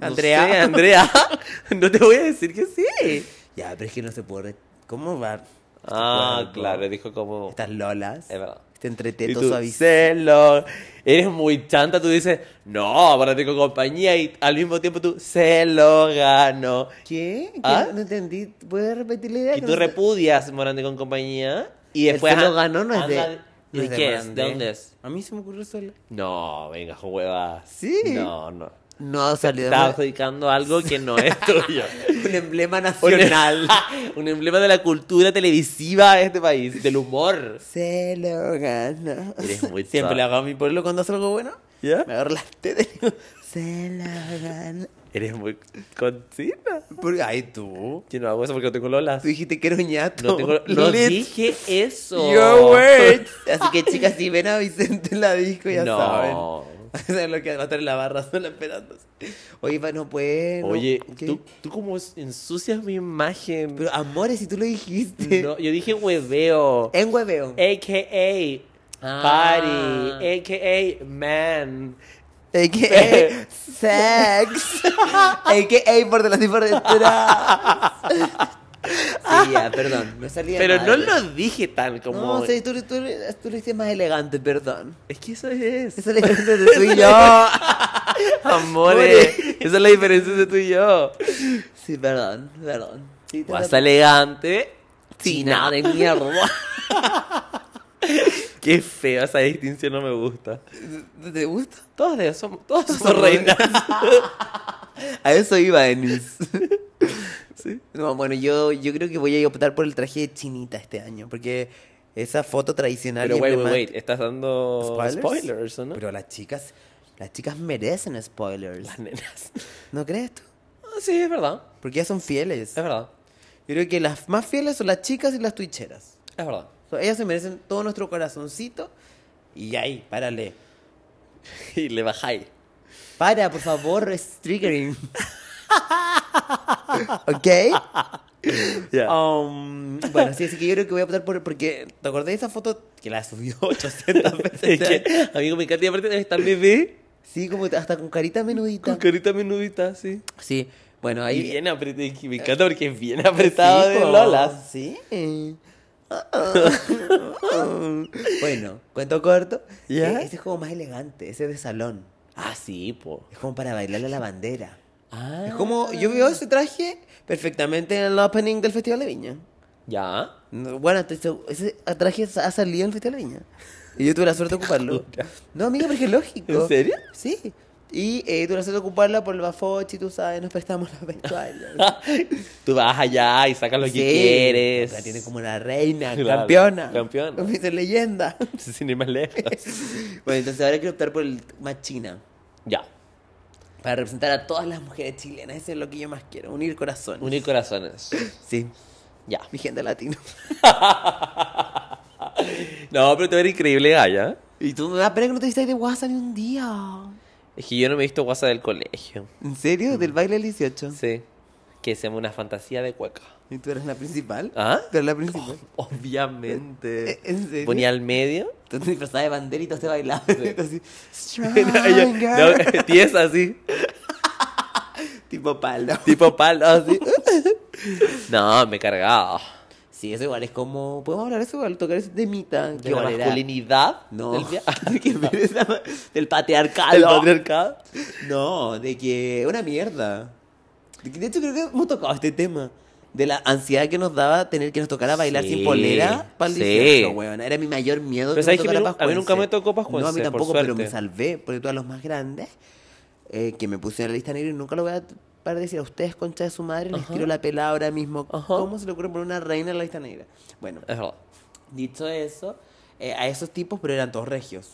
Speaker 1: no
Speaker 2: Andrea.
Speaker 1: sé, Andrea, no te voy a decir que sí.
Speaker 2: Ya, pero es que no se puede. re- ¿Cómo va? este
Speaker 1: Ah,
Speaker 2: cuerpo?
Speaker 1: claro, dijo como...
Speaker 2: Estas lolas.
Speaker 1: Es verdad.
Speaker 2: Este
Speaker 1: Y
Speaker 2: entreteto
Speaker 1: tú,
Speaker 2: suavizado.
Speaker 1: celo, eres muy chanta, tú dices, no, ahora tengo compañía y al mismo tiempo tú, se lo gano.
Speaker 2: ¿Qué? ¿Qué?
Speaker 1: ¿Ah?
Speaker 2: No entendí. ¿Puedes repetir la idea?
Speaker 1: Y tú
Speaker 2: Que no sé-
Speaker 1: repudias Morante con compañía y
Speaker 2: El
Speaker 1: después...
Speaker 2: se lo
Speaker 1: an-
Speaker 2: ganó no es de.
Speaker 1: anda-
Speaker 2: no
Speaker 1: ¿De
Speaker 2: es de
Speaker 1: qué es? ¿De
Speaker 2: Morandé.
Speaker 1: dónde es?
Speaker 2: A mí se me ocurrió solo.
Speaker 1: No, venga, con huevas.
Speaker 2: Sí.
Speaker 1: No, no.
Speaker 2: No, salió
Speaker 1: Estás adjudicando algo que no es tuyo.
Speaker 2: un emblema
Speaker 1: Un- em-
Speaker 2: nacional.
Speaker 1: un emblema de la cultura televisiva de este país, del humor.
Speaker 2: se lo ganó.
Speaker 1: Eres muy
Speaker 2: Siempre
Speaker 1: sad.
Speaker 2: le hago a mi pueblo cuando hace algo bueno.
Speaker 1: ¿Ya?
Speaker 2: Me agarro las tetas y digo, se lo ganó.
Speaker 1: Eres muy cochina.
Speaker 2: Por- Ay, tú.
Speaker 1: Yo no hago eso porque no tengo lolas.
Speaker 2: Tú dijiste que era un ñato.
Speaker 1: No, tengo, no
Speaker 2: Lit
Speaker 1: dije eso.
Speaker 2: Your words. Así que, chicas, si ven a Vicente en la disco, ya
Speaker 1: No.
Speaker 2: saben. Saben lo que va a estar en la barra sola esperando. Oye, va, no puede. no-
Speaker 1: Oye,
Speaker 2: ¿qué?
Speaker 1: tú, tú como ensucias mi imagen.
Speaker 2: Pero amores, si tú lo dijiste.
Speaker 1: No, yo dije hueveo.
Speaker 2: En hueveo.
Speaker 1: AKA
Speaker 2: Ah.
Speaker 1: party. AKA man.
Speaker 2: AKA sex. AKA por delante y por detrás. Sí, ya, perdón. Me salía
Speaker 1: Pero
Speaker 2: mal.
Speaker 1: no lo dije tan como.
Speaker 2: No, sí, tú, tú, tú lo hiciste más elegante, perdón.
Speaker 1: Es que eso es.
Speaker 2: Eso es la diferencia entre tú y yo.
Speaker 1: Amores, esa es la diferencia entre tú y yo.
Speaker 2: Sí, perdón, perdón. Sí, te
Speaker 1: Guasa
Speaker 2: la-
Speaker 1: elegante,
Speaker 2: China
Speaker 1: china.
Speaker 2: de mierda.
Speaker 1: Qué fea esa distinción, no me gusta.
Speaker 2: ¿Te gusta?
Speaker 1: Todas de somos, todas
Speaker 2: Somos
Speaker 1: somos reinas.
Speaker 2: A eso iba, Denis.
Speaker 1: Sí.
Speaker 2: No, bueno, yo, yo creo que voy a optar por el traje de chinita este año, porque esa foto tradicional...
Speaker 1: Pero
Speaker 2: y
Speaker 1: wait, wait,
Speaker 2: emblemática-
Speaker 1: wait, estás dando spoilers, ¿o no?
Speaker 2: Pero las chicas, las chicas merecen spoilers.
Speaker 1: Las Ah, nenas.
Speaker 2: ¿No crees tú?
Speaker 1: Ah, sí, es verdad,
Speaker 2: Porque ellas son fieles.
Speaker 1: es verdad,
Speaker 2: Yo creo que las más fieles son las chicas y las tuicheras.
Speaker 1: es verdad.
Speaker 2: O sea, ellas se merecen todo nuestro corazoncito. Y ahí, párale.
Speaker 1: Y le bajáis.
Speaker 2: Para, por favor, es triggering. ¿Ok?
Speaker 1: Ya.
Speaker 2: Um, bueno, sí, así que yo creo que voy a optar por... Porque, ¿te acordás de esa foto? Que la subió 800 veces.
Speaker 1: Es que, amigo, me encanta. Y aparte, está el bebé
Speaker 2: Sí, como hasta con carita menudita.
Speaker 1: con carita menudita, sí.
Speaker 2: Sí, bueno,
Speaker 1: Y
Speaker 2: ahí...
Speaker 1: bien apretado. Me encanta porque es bien apretado
Speaker 2: Sí,
Speaker 1: de
Speaker 2: po.
Speaker 1: Lolas.
Speaker 2: Sí. bueno, cuento corto.
Speaker 1: ¿Ya?
Speaker 2: Eh, Ese es como más elegante, ese es de salón.
Speaker 1: Ah, sí, po.
Speaker 2: Es como para bailar a la bandera.
Speaker 1: Ah.
Speaker 2: Es como, yo veo ese traje perfectamente en el opening del Festival de Viña.
Speaker 1: Ya.
Speaker 2: No, Bueno, te- te- ese traje ha salido en el Festival de Viña. Y yo tuve la suerte de ocuparlo. No, amiga, porque es lógico.
Speaker 1: ¿En serio?
Speaker 2: Sí. Y eh, tuve la suerte de ocuparla por el bafochi, tú sabes, nos prestamos los vestuarios.
Speaker 1: Tú vas allá y sacas lo
Speaker 2: Sí,
Speaker 1: que quieres.
Speaker 2: La tiene como una reina,
Speaker 1: Claro,
Speaker 2: campeona.
Speaker 1: campeona.
Speaker 2: Como dice leyenda.
Speaker 1: Sin ir más lejos.
Speaker 2: Bueno, entonces ahora quiero optar por el más china.
Speaker 1: ya.
Speaker 2: Para representar a todas las mujeres chilenas. Eso es lo que yo más quiero. Unir corazones.
Speaker 1: Unir corazones.
Speaker 2: Sí.
Speaker 1: Ya.
Speaker 2: Mi gente latina.
Speaker 1: No, pero te ves increíble, ¿eh? Gaya.
Speaker 2: Y tú me da pena que no te vistas de WhatsApp ni un día.
Speaker 1: Es que yo no me he visto guasa del colegio.
Speaker 2: ¿En
Speaker 1: Mm.
Speaker 2: serio? Del baile del 18.
Speaker 1: Sí. Que se llama una fantasía de cueca.
Speaker 2: ¿Y tú eres la principal?
Speaker 1: ¿Ah?
Speaker 2: Tú eres la principal.
Speaker 1: Obviamente.
Speaker 2: ¿En serio?
Speaker 1: Eh, Ponía al medio.
Speaker 2: Tú te disfrazabas de banderitas, te
Speaker 1: Ah,
Speaker 2: bailabas. y tú así,
Speaker 1: Ella-
Speaker 2: "Stronger".
Speaker 1: no, Tiesa así.
Speaker 2: Tipo palda.
Speaker 1: Tipo palo, así. no, me he cargado.
Speaker 2: Sí, eso igual es como. Podemos hablar de eso igual, tocar ese temita.
Speaker 1: De
Speaker 2: De
Speaker 1: la
Speaker 2: manera-
Speaker 1: masculinidad.
Speaker 2: No.
Speaker 1: Del día.
Speaker 2: De que me- del patriarcado.
Speaker 1: Del patriarcado.
Speaker 2: No, de que es una mierda. De que- de hecho, creo que hemos tocado este tema. De la ansiedad que nos daba tener que nos tocara bailar
Speaker 1: Sí,
Speaker 2: sin polera para el
Speaker 1: sí.
Speaker 2: liceo, weón. Era mi mayor miedo.
Speaker 1: Pero
Speaker 2: que me
Speaker 1: ¿sabes qué? A mí
Speaker 2: tocara
Speaker 1: nu- a mí
Speaker 2: Pascuense.
Speaker 1: nunca me tocó Pascuense,
Speaker 2: No, a mí
Speaker 1: por
Speaker 2: tampoco, pero me
Speaker 1: suerte.
Speaker 2: salvé. Porque todos los más grandes eh, que me pusieron en la lista negra y nunca lo voy a para decir a ustedes, concha de su madre, les
Speaker 1: Ajá.
Speaker 2: tiro la pelada ahora mismo.
Speaker 1: Ajá.
Speaker 2: ¿Cómo se le ocurre poner una reina en la lista negra? Bueno,
Speaker 1: Es verdad.
Speaker 2: dicho eso, eh, a esos tipos, pero eran todos regios.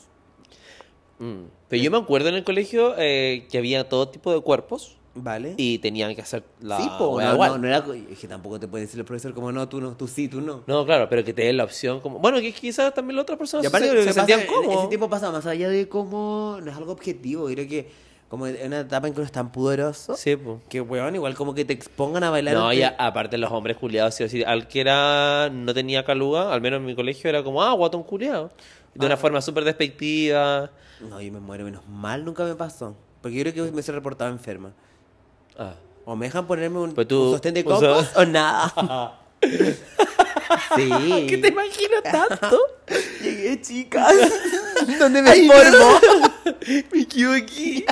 Speaker 1: Mm. Pero yo me acuerdo en el colegio eh, que había todo tipo de cuerpos
Speaker 2: ¿Vale?
Speaker 1: y tenían que hacer la.
Speaker 2: sí, po,
Speaker 1: wea
Speaker 2: no,
Speaker 1: igual.
Speaker 2: no, no era. co- Es que tampoco te puede decir el profesor como no, tú no, tú sí, tú no.
Speaker 1: No, claro, pero que te den la opción como... Bueno, que quizás también las otras personas
Speaker 2: Y
Speaker 1: se,
Speaker 2: aparte,
Speaker 1: se
Speaker 2: creo que
Speaker 1: sentían
Speaker 2: pasa-
Speaker 1: cómodos.
Speaker 2: Ese tiempo pasa más allá de cómo. No es algo objetivo, creo que. Como en una etapa en que uno es tan pudoroso.
Speaker 1: Sí, po.
Speaker 2: Que weón, igual como que te expongan a bailar.
Speaker 1: No,
Speaker 2: ante-
Speaker 1: y a- aparte los hombres culiados, sí, o sí. Al que era, no tenía caluga, al menos en mi colegio, era como, ah, guatón culiado. De
Speaker 2: Ah.
Speaker 1: una forma súper despectiva.
Speaker 2: No, yo me muero, menos mal nunca me pasó. Porque yo creo que me hubiese reportado enferma.
Speaker 1: Ah.
Speaker 2: O me dejan ponerme un,
Speaker 1: Pues tú-
Speaker 2: un sostén de
Speaker 1: o
Speaker 2: cocos
Speaker 1: sea-
Speaker 2: o nada. sí.
Speaker 1: ¿Qué te imagino tanto?
Speaker 2: Llegué, chicas. ¿Dónde me
Speaker 1: Ay,
Speaker 2: informo?
Speaker 1: Me equivoqué.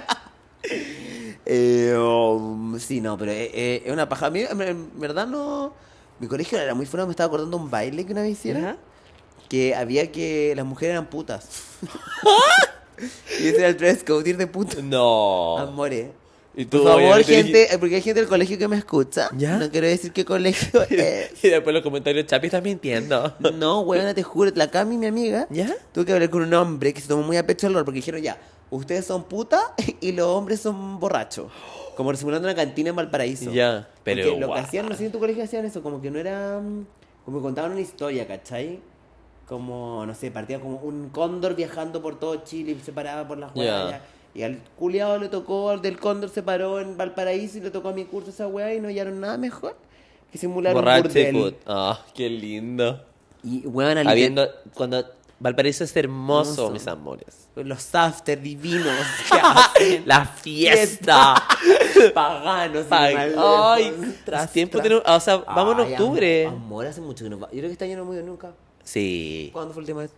Speaker 2: Eh, um, sí, no, pero eh, eh, es una paja. A mí, en, en verdad, no. Mi colegio era muy fuera. Me estaba acordando de un baile que una vez hicieron.
Speaker 1: Ajá.
Speaker 2: Que había que. Las mujeres eran putas. y ese era el dress code, ir de puto.
Speaker 1: No.
Speaker 2: Amores.
Speaker 1: Y Oh. tú,
Speaker 2: Por favor,
Speaker 1: obviamente,
Speaker 2: gente. eh, Porque hay gente del colegio que me escucha.
Speaker 1: ¿Ya?
Speaker 2: No quiero decir qué colegio es.
Speaker 1: Y después los comentarios, Chapi, estás mintiendo.
Speaker 2: No, weona, te juro. La Cami, mi amiga.
Speaker 1: ¿Ya?
Speaker 2: Tuve que hablar con un hombre que se tomó muy a pecho el rol porque dijeron ya, ustedes son puta y los hombres son borrachos. Como simulando una cantina en Valparaíso.
Speaker 1: Ya, pero
Speaker 2: Porque lo que
Speaker 1: guau.
Speaker 2: hacían, no sé si en tu colegio hacían eso, como que no era. mm, Como que contaban una historia, ¿cachai? Como, no sé, partía como un cóndor viajando por todo Chile y se paraba por las
Speaker 1: Ya.
Speaker 2: hueá. ya. Y al culiado le tocó, al del cóndor se paró en Valparaíso y le tocó a mi curso esa hueá y no hallaron nada mejor que simular un
Speaker 1: Borracho y put.
Speaker 2: burdel.
Speaker 1: Ah, qué lindo.
Speaker 2: Y hueón, al
Speaker 1: Habiendo, cuando Valparaíso es hermoso,
Speaker 2: Hermoso.
Speaker 1: mis amores.
Speaker 2: los after divinos que hacen.
Speaker 1: La fiesta.
Speaker 2: paganos.
Speaker 1: Ay, ay, es tiempo tenemos- o sea, vamos en
Speaker 2: Ay,
Speaker 1: octubre.
Speaker 2: Amor, amor, hace mucho que no va. Yo creo que este año no hemos ido nunca.
Speaker 1: Sí,
Speaker 2: ¿Cuándo fue la última vez?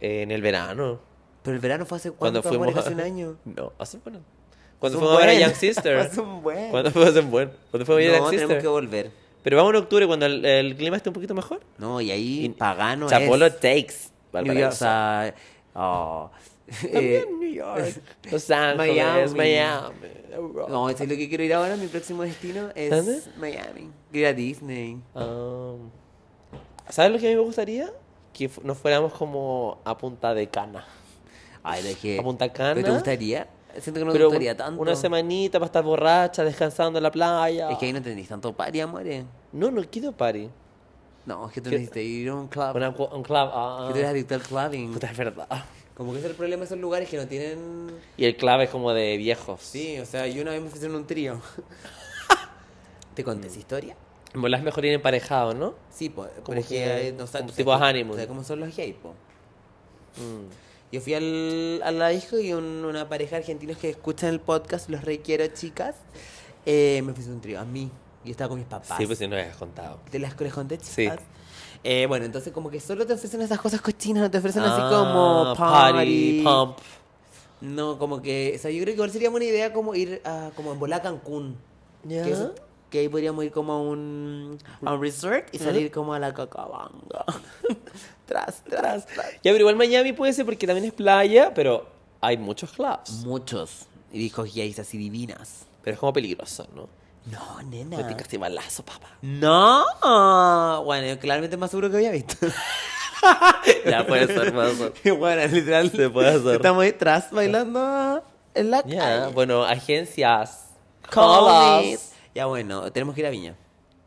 Speaker 1: en el verano.
Speaker 2: Pero el verano fue hace
Speaker 1: Cuando
Speaker 2: cuánto, amor,
Speaker 1: fuimos. a-
Speaker 2: hace un año.
Speaker 1: No, hace bueno. Cuando
Speaker 2: Hace un
Speaker 1: fuimos a ver a
Speaker 2: buen.
Speaker 1: Young Sister.
Speaker 2: Hace un buen.
Speaker 1: Cuando fuimos a bueno. Cuando fuimos a ver a
Speaker 2: no,
Speaker 1: Young
Speaker 2: tenemos
Speaker 1: Sister.
Speaker 2: que volver.
Speaker 1: Pero vamos en octubre cuando el, el clima esté un poquito mejor.
Speaker 2: No, y ahí
Speaker 1: Y-
Speaker 2: pagano
Speaker 1: Chapolo
Speaker 2: es.
Speaker 1: takes.
Speaker 2: New
Speaker 1: Valparaíso.
Speaker 2: York, o sea, oh, eh,
Speaker 1: También New York. Los Ángeles,
Speaker 2: Miami.
Speaker 1: Miami.
Speaker 2: No, eso es lo que quiero ir ahora. Mi próximo destino es
Speaker 1: ¿Dónde?
Speaker 2: Miami. Quiero ir a Disney.
Speaker 1: Um, ¿Sabes lo que a mí me gustaría? Que fu- nos fuéramos como a punta de cana.
Speaker 2: Ay, lo que...
Speaker 1: A Punta Cana.
Speaker 2: ¿Pero te gustaría? Siento que no te
Speaker 1: Pero un-
Speaker 2: gustaría tanto.
Speaker 1: una semanita para estar borracha, descansando en la playa.
Speaker 2: Es que ahí no tenéis tanto party, amore.
Speaker 1: No, no quiero party.
Speaker 2: No, es que tú
Speaker 1: ¿Qué?
Speaker 2: necesitas ir a un club.
Speaker 1: Una cu- un club. ah,
Speaker 2: Que tú eres adicto al clubbing. Ah,
Speaker 1: puta, es verdad.
Speaker 2: Como que ese es el problema de esos lugares que no tienen...
Speaker 1: Y el club es como de viejos.
Speaker 2: Sí, o sea, yo una vez me ofrecieron un trío. ¿Te conté
Speaker 1: Mm.
Speaker 2: esa historia?
Speaker 1: En volar es mejor ir emparejado, ¿no?
Speaker 2: Sí, pues.
Speaker 1: Como
Speaker 2: Como
Speaker 1: que-
Speaker 2: que... No, sé,
Speaker 1: como
Speaker 2: tú
Speaker 1: tipo
Speaker 2: sabes-
Speaker 1: honeymoon.
Speaker 2: tú sabes cómo son los gays, po?
Speaker 1: Mm.
Speaker 2: Yo fui al, a la disco y un- una pareja de argentinos que escuchan el podcast, los requiero, chicas, eh, me ofrecieron un trío a mí. Yo estaba con mis papás.
Speaker 1: Sí, pues si no me habías contado.
Speaker 2: de las que les conté,
Speaker 1: Sí.
Speaker 2: chicas. Eh, bueno, entonces como que solo te ofrecen esas cosas cochinas, no te ofrecen así
Speaker 1: Ah,
Speaker 2: como party.
Speaker 1: pump.
Speaker 2: No, como que, o sea, yo creo que igual sería buena idea como ir a, como en volá a Cancún.
Speaker 1: Ya.
Speaker 2: Que, eso- que ahí podríamos ir como a un, a un resort y salir como a la cacabanga. tras, tras, tras.
Speaker 1: Ya, pero igual Miami puede ser porque también es playa, pero hay muchos clubs.
Speaker 2: Muchos. Y dijo gays así divinas.
Speaker 1: Pero es como peligroso, ¿no?
Speaker 2: No, nena.
Speaker 1: Me tinca este balazo, papá.
Speaker 2: No. Bueno, yo claramente más seguro que había visto.
Speaker 1: Ya puede ser, hermoso.
Speaker 2: bueno, literal.
Speaker 1: Se puede hacer.
Speaker 2: Estamos ahí tras bailando en la
Speaker 1: Ya,
Speaker 2: calle.
Speaker 1: bueno, agencias.
Speaker 2: Call
Speaker 1: Call
Speaker 2: it.
Speaker 1: us.
Speaker 2: Ya bueno, tenemos que ir a Viña.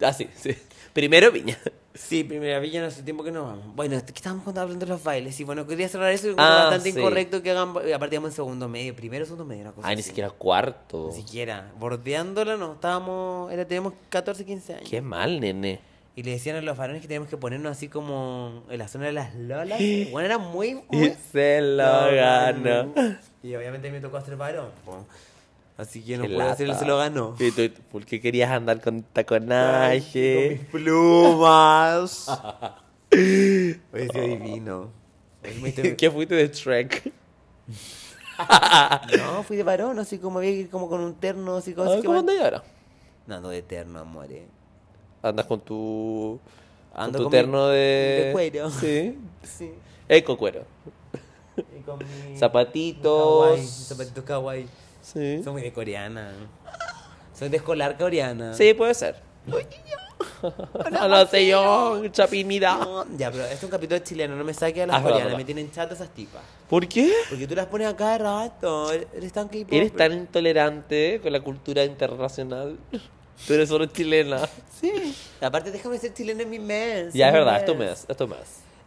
Speaker 1: Ah, sí, sí. Primero Viña.
Speaker 2: Sí, primera Viña no hace tiempo que no vamos. Bueno, est- que estábamos contando- hablando de los bailes. Y bueno, quería cerrar eso. y encuentro
Speaker 1: Ah,
Speaker 2: bastante
Speaker 1: sí.
Speaker 2: incorrecto que hagan. ba- y Aparte, íbamos en segundo medio. Primero, segundo medio, una cosa.
Speaker 1: Ay, ni
Speaker 2: así.
Speaker 1: siquiera cuarto.
Speaker 2: Ni siquiera. Bordeándola, no. Estábamos. Era, teníamos 14, 15 años.
Speaker 1: Qué mal, nene.
Speaker 2: Y le decían a los varones que teníamos que ponernos así como en la zona de las lolas. Bueno, era muy. muy...
Speaker 1: se
Speaker 2: No, no, no. Y obviamente me tocó hacer varón. po. Así que no
Speaker 1: Qué
Speaker 2: puedo hacer el
Speaker 1: lata.
Speaker 2: se lo ganó.
Speaker 1: Y tú, ¿Por qué querías andar con
Speaker 2: Con
Speaker 1: taconaje?
Speaker 2: mis plumas. Oye, sí, adivino. Oye, me estoy-
Speaker 1: ¿Qué fuiste de Shrek?
Speaker 2: No, fui de varón, así como había que ir como con un terno, así como...
Speaker 1: A
Speaker 2: así
Speaker 1: ver,
Speaker 2: que
Speaker 1: ¿Cómo
Speaker 2: van-
Speaker 1: andas ahora?
Speaker 2: No, no de terno, eh. amore.
Speaker 1: Andas con tu. con
Speaker 2: Ando
Speaker 1: tu
Speaker 2: con mi-
Speaker 1: terno de.
Speaker 2: de cuero.
Speaker 1: Sí.
Speaker 2: Sí.
Speaker 1: Eco cuero.
Speaker 2: Y con mi...
Speaker 1: Zapatitos.
Speaker 2: kawaii, Zapatitos kawaii.
Speaker 1: Sí.
Speaker 2: Soy muy de coreana. Soy de escolar coreana.
Speaker 1: Sí, puede ser. Hola, señor. Chapimida.
Speaker 2: No, Ya, pero este es un capítulo chileno, no me saque a las
Speaker 1: Ah, perdón,
Speaker 2: coreanas,
Speaker 1: perdón.
Speaker 2: me tienen chata esas tipas.
Speaker 1: ¿Por qué?
Speaker 2: Porque tú las pones a cada rato, e-, eres tan k
Speaker 1: Eres tan intolerante con la cultura internacional. Tú eres solo chilena.
Speaker 2: Sí. Aparte, déjame ser chileno en mi mes.
Speaker 1: Ya, es
Speaker 2: mi
Speaker 1: verdad, es tu mes, es tu mes.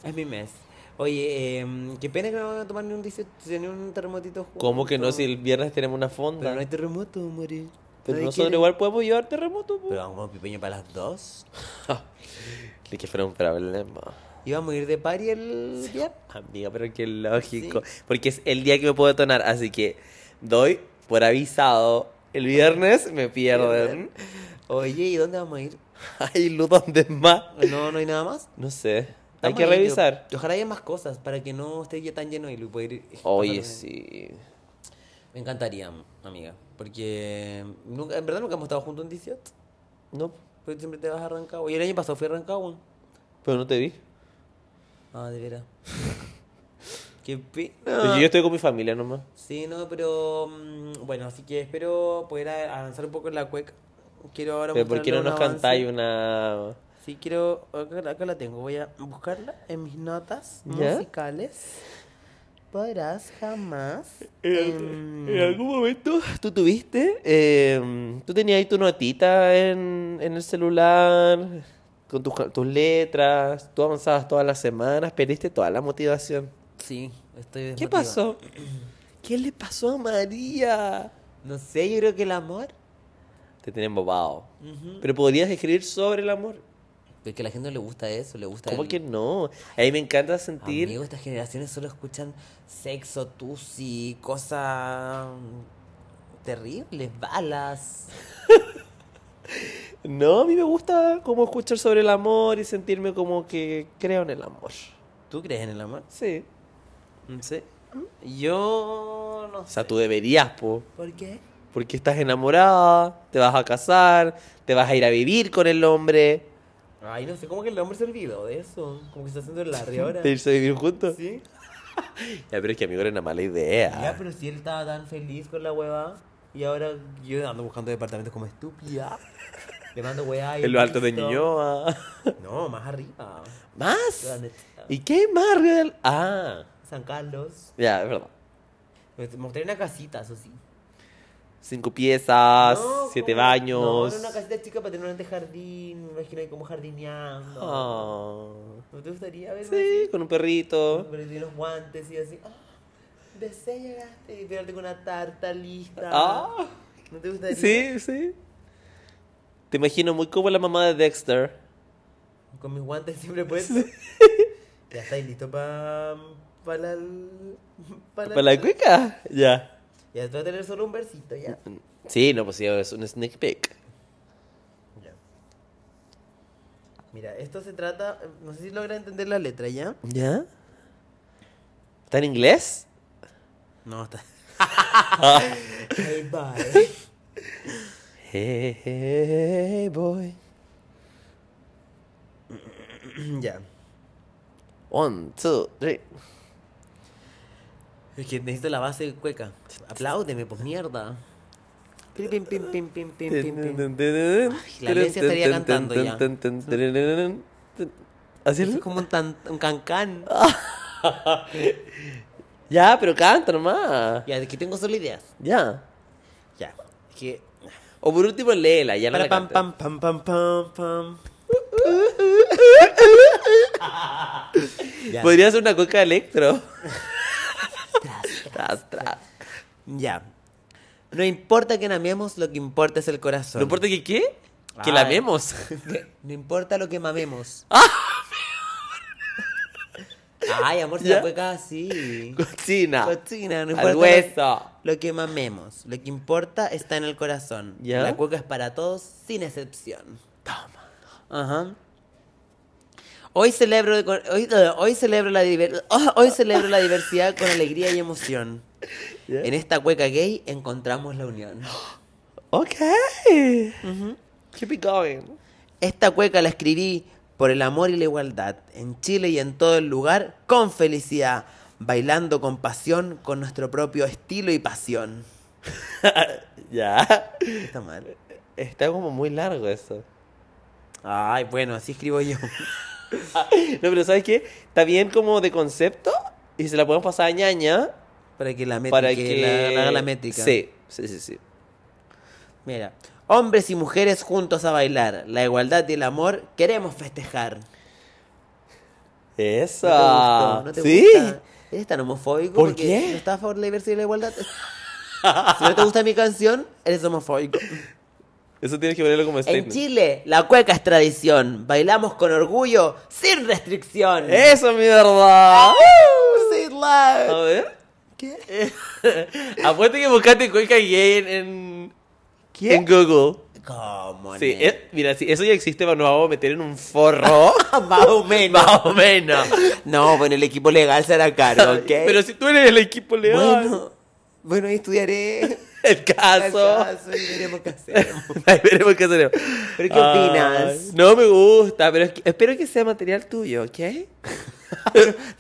Speaker 2: Es mi mes. Oye, eh, qué pena que no van a tomar ni un, dice- ni un terremotito juntos.
Speaker 1: ¿Cómo que no si el viernes tenemos una fonda?
Speaker 2: Pero no hay terremoto, amore.
Speaker 1: Pero
Speaker 2: Nadie
Speaker 1: nosotros
Speaker 2: quiere.
Speaker 1: igual podemos llevar terremoto, po.
Speaker 2: Pero vamos con pipeño para las dos.
Speaker 1: Ni que fuera un problema.
Speaker 2: Y vamos a ir de party el día.
Speaker 1: Amiga, pero qué lógico. Porque es el día que me puedo detonar, así que doy por avisado. El viernes me pierden.
Speaker 2: Oye, ¿y dónde vamos a ir?
Speaker 1: Ay, Lu, ¿dónde más?
Speaker 2: No, no hay nada más.
Speaker 1: No sé. Hay
Speaker 2: Estamos
Speaker 1: que
Speaker 2: ahí, pero
Speaker 1: revisar.
Speaker 2: Ojalá haya más cosas para que no esté ya tan lleno y lo poder ir.
Speaker 1: Oye,
Speaker 2: pasarlo bien.
Speaker 1: sí.
Speaker 2: Me encantaría, amiga. Porque nunca, en verdad nunca hemos estado juntos en 18.
Speaker 1: No,
Speaker 2: Pero Pues siempre te vas a Rancagua. Y el año pasado fui a Rancagua.
Speaker 1: pero no te vi.
Speaker 2: Ah, de veras. Qué
Speaker 1: Pero
Speaker 2: pena.
Speaker 1: Pues Yo estoy con mi familia nomás.
Speaker 2: Sí, no, pero mm, bueno, así que espero poder a- avanzar un poco en la cueca. Quiero ahora
Speaker 1: Pero ¿por qué no
Speaker 2: mostrarle
Speaker 1: nos
Speaker 2: un avance.
Speaker 1: cantáis una...?
Speaker 2: Sí, quiero. Acá, acá la tengo. Voy a buscarla en mis notas
Speaker 1: ¿Ya?
Speaker 2: musicales. Podrás jamás. em,
Speaker 1: En algún momento Mm. tú tuviste, eh, tú tenías ahí tu notita en, en el celular, con tus, ca- tus letras, tú avanzabas todas las semanas, perdiste toda la motivación.
Speaker 2: Sí, estoy
Speaker 1: ¿Qué
Speaker 2: desmotivado.
Speaker 1: pasó? ¿Qué le pasó a María?
Speaker 2: No sé, yo creo que el amor.
Speaker 1: Te tienen bobado. Pero podrías escribir sobre el amor.
Speaker 2: Porque a la gente no le gusta eso, le gusta.
Speaker 1: ¿Cómo
Speaker 2: el-
Speaker 1: que no? A mí me encanta sentir...
Speaker 2: Amigo, estas generaciones solo escuchan sexo, tusi, cosas terribles, balas.
Speaker 1: No, a mí me gusta como escuchar sobre el amor y sentirme como que creo en el amor.
Speaker 2: ¿Tú crees en el amor?
Speaker 1: Sí.
Speaker 2: No sé. Yo no
Speaker 1: O
Speaker 2: sé.
Speaker 1: sea, tú deberías, po.
Speaker 2: ¿Por qué?
Speaker 1: Porque estás enamorada, te vas a casar, te vas a ir a vivir con el hombre.
Speaker 2: Ay, no sé, como que el hombre se olvidó de eso. Como que está haciendo el larry ahora.
Speaker 1: ¿Te irse a vivir juntos?
Speaker 2: ¿Sí?
Speaker 1: Ya, pero es que amigo era una mala
Speaker 2: Ya,
Speaker 1: idea.
Speaker 2: pero si él estaba tan feliz con la hueva. Y ahora yo ando buscando departamentos como estúpida. Le mando hueá y
Speaker 1: En los altos de
Speaker 2: listo.
Speaker 1: Ñuñoa.
Speaker 2: No, más arriba.
Speaker 1: ¿Más?
Speaker 2: La neta.
Speaker 1: ¿Y qué hay más arriba del- Ah,
Speaker 2: San Carlos.
Speaker 1: ya, es verdad.
Speaker 2: Me mostré una casita, eso sí.
Speaker 1: Cinco piezas,
Speaker 2: No,
Speaker 1: siete
Speaker 2: como- No,
Speaker 1: baños.
Speaker 2: era una casita chica para tener un jardín. Me imagino ahí como jardineando.
Speaker 1: Ah,
Speaker 2: ¿No te gustaría verlo
Speaker 1: sí,
Speaker 2: así?
Speaker 1: con un perrito.
Speaker 2: Pero tiene los guantes y así. Ah, desea llegaste y pegarte con una tarta lista.
Speaker 1: Ah.
Speaker 2: ¿No te gustaría?
Speaker 1: Sí, sí. Te imagino muy como la mamá de Dexter.
Speaker 2: Con mis guantes siempre puestos. ya estáis listo para. Para el.
Speaker 1: ¿Para la cueca? Ya.
Speaker 2: Ya te voy a tener solo un versito, ya.
Speaker 1: Sí, no, pues sí, es un sneak peek.
Speaker 2: ya. Mira, esto se trata. No sé si logra entender la letra, ¿ya?
Speaker 1: ¿Ya? ¿Está en inglés?
Speaker 2: No, está. Hey, bye.
Speaker 1: Hey, hey, boy.
Speaker 2: ya.
Speaker 1: One, two, three.
Speaker 2: Es que necesito la base de cueca. Apláudeme, pues mierda. Pim, pim, pim, pim, pim, pim, pim, pim. la Alicia estaría cantando ya.
Speaker 1: ¿Así
Speaker 2: Eso
Speaker 1: es?
Speaker 2: es como un, tan, un cancán.
Speaker 1: Ya, pero canta nomás.
Speaker 2: Ya, aquí tengo solo ideas.
Speaker 1: Ya.
Speaker 2: Ya. Es que.
Speaker 1: O por último, léela, ya no
Speaker 2: Para
Speaker 1: la
Speaker 2: pam,
Speaker 1: cantes.
Speaker 2: pam, pam, pam, pam, pam. ya.
Speaker 1: Podría ser una cueca electro. Tras, tras.
Speaker 2: ya. No importa que namemos, lo que importa es el corazón.
Speaker 1: No importa que qué, que
Speaker 2: Ay.
Speaker 1: la amemos.
Speaker 2: Ah, No importa lo que mamemos. Ay, amor, si
Speaker 1: ¿Ya?
Speaker 2: la cueca así.
Speaker 1: Cochina.
Speaker 2: Cochina, no importa.
Speaker 1: Al
Speaker 2: lo-
Speaker 1: hueso.
Speaker 2: Lo que mamemos, lo que importa está en el corazón.
Speaker 1: ¿Ya?
Speaker 2: La cueca es para todos, sin excepción. Toma. Ajá. Hoy celebro, de cor- hoy, eh, hoy celebro la diver- oh, hoy celebro la diversidad con alegría y emoción.
Speaker 1: ¿Ya?
Speaker 2: En esta cueca gay encontramos la unión.
Speaker 1: Ok. Keep it going.
Speaker 2: Esta cueca la escribí por el amor y la igualdad, en Chile y en todo el lugar, con felicidad, bailando con pasión, con nuestro propio estilo y pasión.
Speaker 1: ya.
Speaker 2: Está mal.
Speaker 1: Está como muy largo eso.
Speaker 2: Ay, bueno, así escribo yo.
Speaker 1: No, pero ¿sabes qué? Está bien como de concepto y se la podemos pasar a ñaña
Speaker 2: Para que la métrica,
Speaker 1: para que...
Speaker 2: la, la haga la métrica.
Speaker 1: Sí, sí, sí, sí.
Speaker 2: Mira, hombres y mujeres juntos a bailar, la igualdad y el amor queremos festejar.
Speaker 1: Eso.
Speaker 2: ¿No te gustó? ¿No te
Speaker 1: sí.
Speaker 2: gusta? Eres tan homofóbico
Speaker 1: ¿Por
Speaker 2: porque
Speaker 1: qué?
Speaker 2: no estás a favor de la diversidad y la igualdad. si no te gusta mi canción, eres homofóbico.
Speaker 1: Eso tienes que ponerlo como
Speaker 2: En
Speaker 1: statement.
Speaker 2: Chile, la cueca es tradición. Bailamos con orgullo, sin restricción.
Speaker 1: Eso, mierda.
Speaker 2: Sin la-
Speaker 1: A ver. ¿Qué? Apuesto que buscaste cueca gay en, en, en Google.
Speaker 2: ¿Cómo?
Speaker 1: Sí,
Speaker 2: nena?
Speaker 1: eh, mira, si eso ya existe, pero nos vamos a meter en un forro.
Speaker 2: Más o menos.
Speaker 1: más o menos.
Speaker 2: No, bueno, el equipo legal será caro, ¿ok?
Speaker 1: Pero si tú eres el equipo león,
Speaker 2: bueno, bueno, ahí estudiaré.
Speaker 1: el caso.
Speaker 2: el caso y veremos qué hacemos.
Speaker 1: Ahí veremos qué hacemos.
Speaker 2: ¿Pero qué opinas?
Speaker 1: Ay, no me gusta, pero es que- espero que sea material tuyo, ¿ok?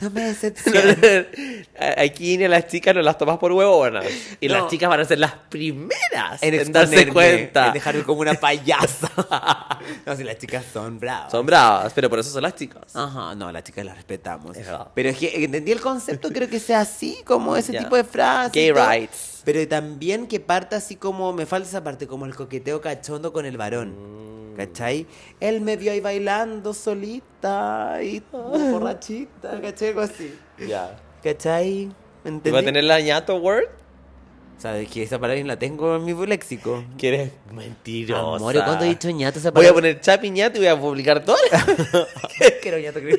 Speaker 2: No me decepciones.
Speaker 1: A- Aquí ni a las chicas no las tomas por huevonas. Y
Speaker 2: No.
Speaker 1: las chicas van a ser las primeras en,
Speaker 2: En
Speaker 1: darse
Speaker 2: exponerme,
Speaker 1: cuenta.
Speaker 2: En dejarme como una payasa. No, si las chicas son bravas.
Speaker 1: Son bravas, pero por eso son las chicas.
Speaker 2: Ajá, no, las chicas las respetamos.
Speaker 1: Es verdad.
Speaker 2: Pero es que entendí el concepto, creo que sea así, como ese
Speaker 1: Ya.
Speaker 2: tipo de frases.
Speaker 1: Gay
Speaker 2: y todo.
Speaker 1: rights.
Speaker 2: Pero también que parta así como, me falta esa parte, como el coqueteo cachondo con el
Speaker 1: Mm,
Speaker 2: varón. ¿Cachai? Él me vio ahí bailando solita y borrachita, ¿cachai? Algo así.
Speaker 1: Ya.
Speaker 2: ¿Cachai? ¿Entendí?
Speaker 1: ¿Va a tener la ñato word?
Speaker 2: ¿Sabes que esa palabra ni la tengo en mi léxico?
Speaker 1: Que eres mentirosa.
Speaker 2: Amor, ¿cuándo he dicho ñato esa
Speaker 1: Voy
Speaker 2: palabra?
Speaker 1: a poner chapi ñato y voy a publicar todo.
Speaker 2: que era ñato creo.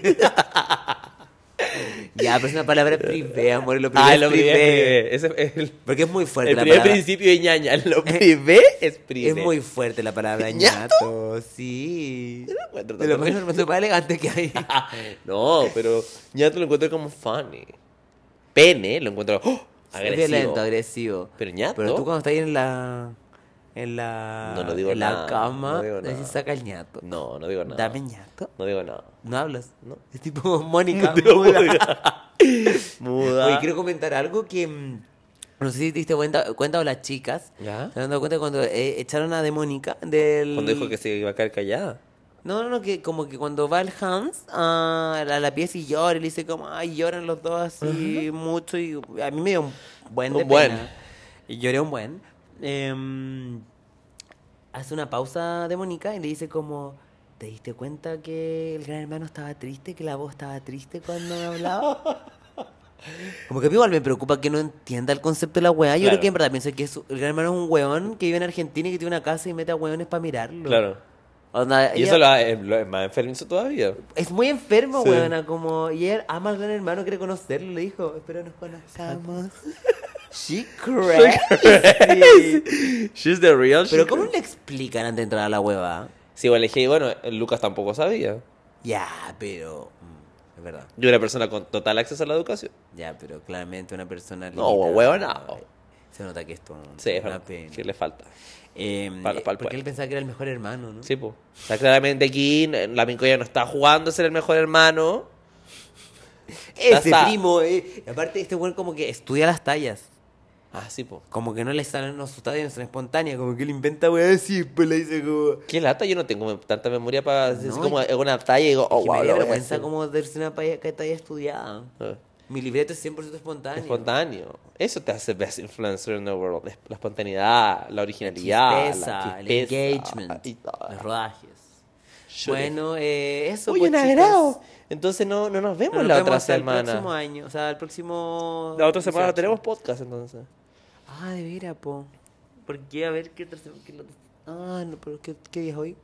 Speaker 2: Ya, pero es una palabra privé, amor, lo privé
Speaker 1: ah,
Speaker 2: es
Speaker 1: lo privé.
Speaker 2: privé.
Speaker 1: es privé. Ese es el,
Speaker 2: Porque es muy fuerte
Speaker 1: el
Speaker 2: la
Speaker 1: primer
Speaker 2: palabra.
Speaker 1: principio de ñaña. Lo privé es privé.
Speaker 2: Es muy fuerte la palabra
Speaker 1: ¿Ñato?
Speaker 2: ñato, sí.
Speaker 1: Yo no encuentro
Speaker 2: De lo
Speaker 1: tanto
Speaker 2: menos lo más elegante que hay.
Speaker 1: No, pero ñato lo encuentro como funny. Pene lo encuentro ¡oh!
Speaker 2: Es
Speaker 1: agresivo.
Speaker 2: violento, agresivo.
Speaker 1: Pero ñato.
Speaker 2: Pero tú cuando estás ahí en la en la
Speaker 1: No, no digo
Speaker 2: en
Speaker 1: nada,
Speaker 2: la cama,
Speaker 1: no digo
Speaker 2: decís,
Speaker 1: nada.
Speaker 2: saca el ñato.
Speaker 1: No, no digo nada.
Speaker 2: Dame ñato.
Speaker 1: No digo nada.
Speaker 2: No hablas.
Speaker 1: No.
Speaker 2: Es tipo Mónica.
Speaker 1: Digo,
Speaker 2: muda.
Speaker 1: muda. Muda.
Speaker 2: Oye, quiero comentar algo que mm, no sé si te diste cuenta, cuenta o las chicas.
Speaker 1: ¿Ya?
Speaker 2: ¿Se han dado cuenta cuando eh, echaron a Demónica del
Speaker 1: Cuando dijo que se iba a caer callada.
Speaker 2: No, no, no, que como que cuando va el Hans a la, a la pieza y llora, y le dice como, ay, lloran los dos así mucho, y a mí me dio un buen de
Speaker 1: Un buen.
Speaker 2: pena. Y lloré un buen. Em, hace una pausa de Mónica y le dice como, ¿te diste cuenta que el gran hermano estaba triste, que la voz estaba triste cuando me hablaba? Como que igual me preocupa que no entienda el concepto de la weá. Yo creo
Speaker 1: Claro.
Speaker 2: que en verdad pienso que es- el gran hermano es un weón que vive en Argentina y que tiene una casa y mete a weones para mirarlo.
Speaker 1: Claro.
Speaker 2: Onda,
Speaker 1: Y
Speaker 2: ella-
Speaker 1: eso lo, ha- eh, lo- es más enfermizo todavía.
Speaker 2: es muy enfermo,
Speaker 1: Sí.
Speaker 2: weona, como... Y él ama al gran hermano, quiere conocerlo, le dijo, espero nos conozcamos. She crazy.
Speaker 1: She's the real
Speaker 2: Pero
Speaker 1: she-
Speaker 2: ¿cómo le explican antes de entrar a la hueva?
Speaker 1: Sí, igual dije, bueno, Lucas tampoco sabía.
Speaker 2: Ya, pero... mm, Es verdad.
Speaker 1: Yo era una persona con total acceso a la educación.
Speaker 2: Ya, pero claramente una persona...
Speaker 1: No,
Speaker 2: limitada.
Speaker 1: huevona.
Speaker 2: Se nota que esto...
Speaker 1: Sí, es
Speaker 2: una
Speaker 1: verdad.
Speaker 2: pena.
Speaker 1: Sí, le falta.
Speaker 2: Eh,
Speaker 1: Pal- pal-
Speaker 2: porque
Speaker 1: pal.
Speaker 2: él pensaba que era el mejor hermano, ¿no?
Speaker 1: Sí, pues. O sea, claramente aquí eh, la Mincoya no está jugando a ser el mejor hermano.
Speaker 2: Ese
Speaker 1: Está-
Speaker 2: primo, eh. Y Aparte, este weón como que estudia las tallas.
Speaker 1: Ah, sí, pues.
Speaker 2: Como que no le salen los tallas, no son espontáneas. Como que él inventa weón así, pues le dice como...
Speaker 1: Qué lata, yo no tengo tanta memoria para decir
Speaker 2: No,
Speaker 1: como una talla y digo, oh,
Speaker 2: que
Speaker 1: wow,
Speaker 2: me dio
Speaker 1: lo voy a
Speaker 2: vergüenza
Speaker 1: hacer.
Speaker 2: como darse una paya que talla estudiada.
Speaker 1: Eh,
Speaker 2: Mi libreto es 100% espontáneo.
Speaker 1: Espontáneo. Eso te hace best influencer in the world. Es- La espontaneidad, la originalidad,
Speaker 2: Chispeza,
Speaker 1: la
Speaker 2: el
Speaker 1: chispeza
Speaker 2: engagement,
Speaker 1: y todo.
Speaker 2: los rodajes.
Speaker 1: Sure.
Speaker 2: Bueno, eh, eso
Speaker 1: Uy,
Speaker 2: pues,
Speaker 1: un
Speaker 2: chicas.
Speaker 1: agrado. Entonces no, no nos vemos
Speaker 2: Nos
Speaker 1: la
Speaker 2: vemos
Speaker 1: otra
Speaker 2: hasta
Speaker 1: semana.
Speaker 2: El próximo año, o sea, el próximo.
Speaker 1: La otra semana
Speaker 2: 18.
Speaker 1: tenemos podcast entonces.
Speaker 2: Ah, de veras, po. ¿Por qué? A ver, ¿qué otra semana? qué la- Ah, no, pero ¿qué, ¿qué día es hoy?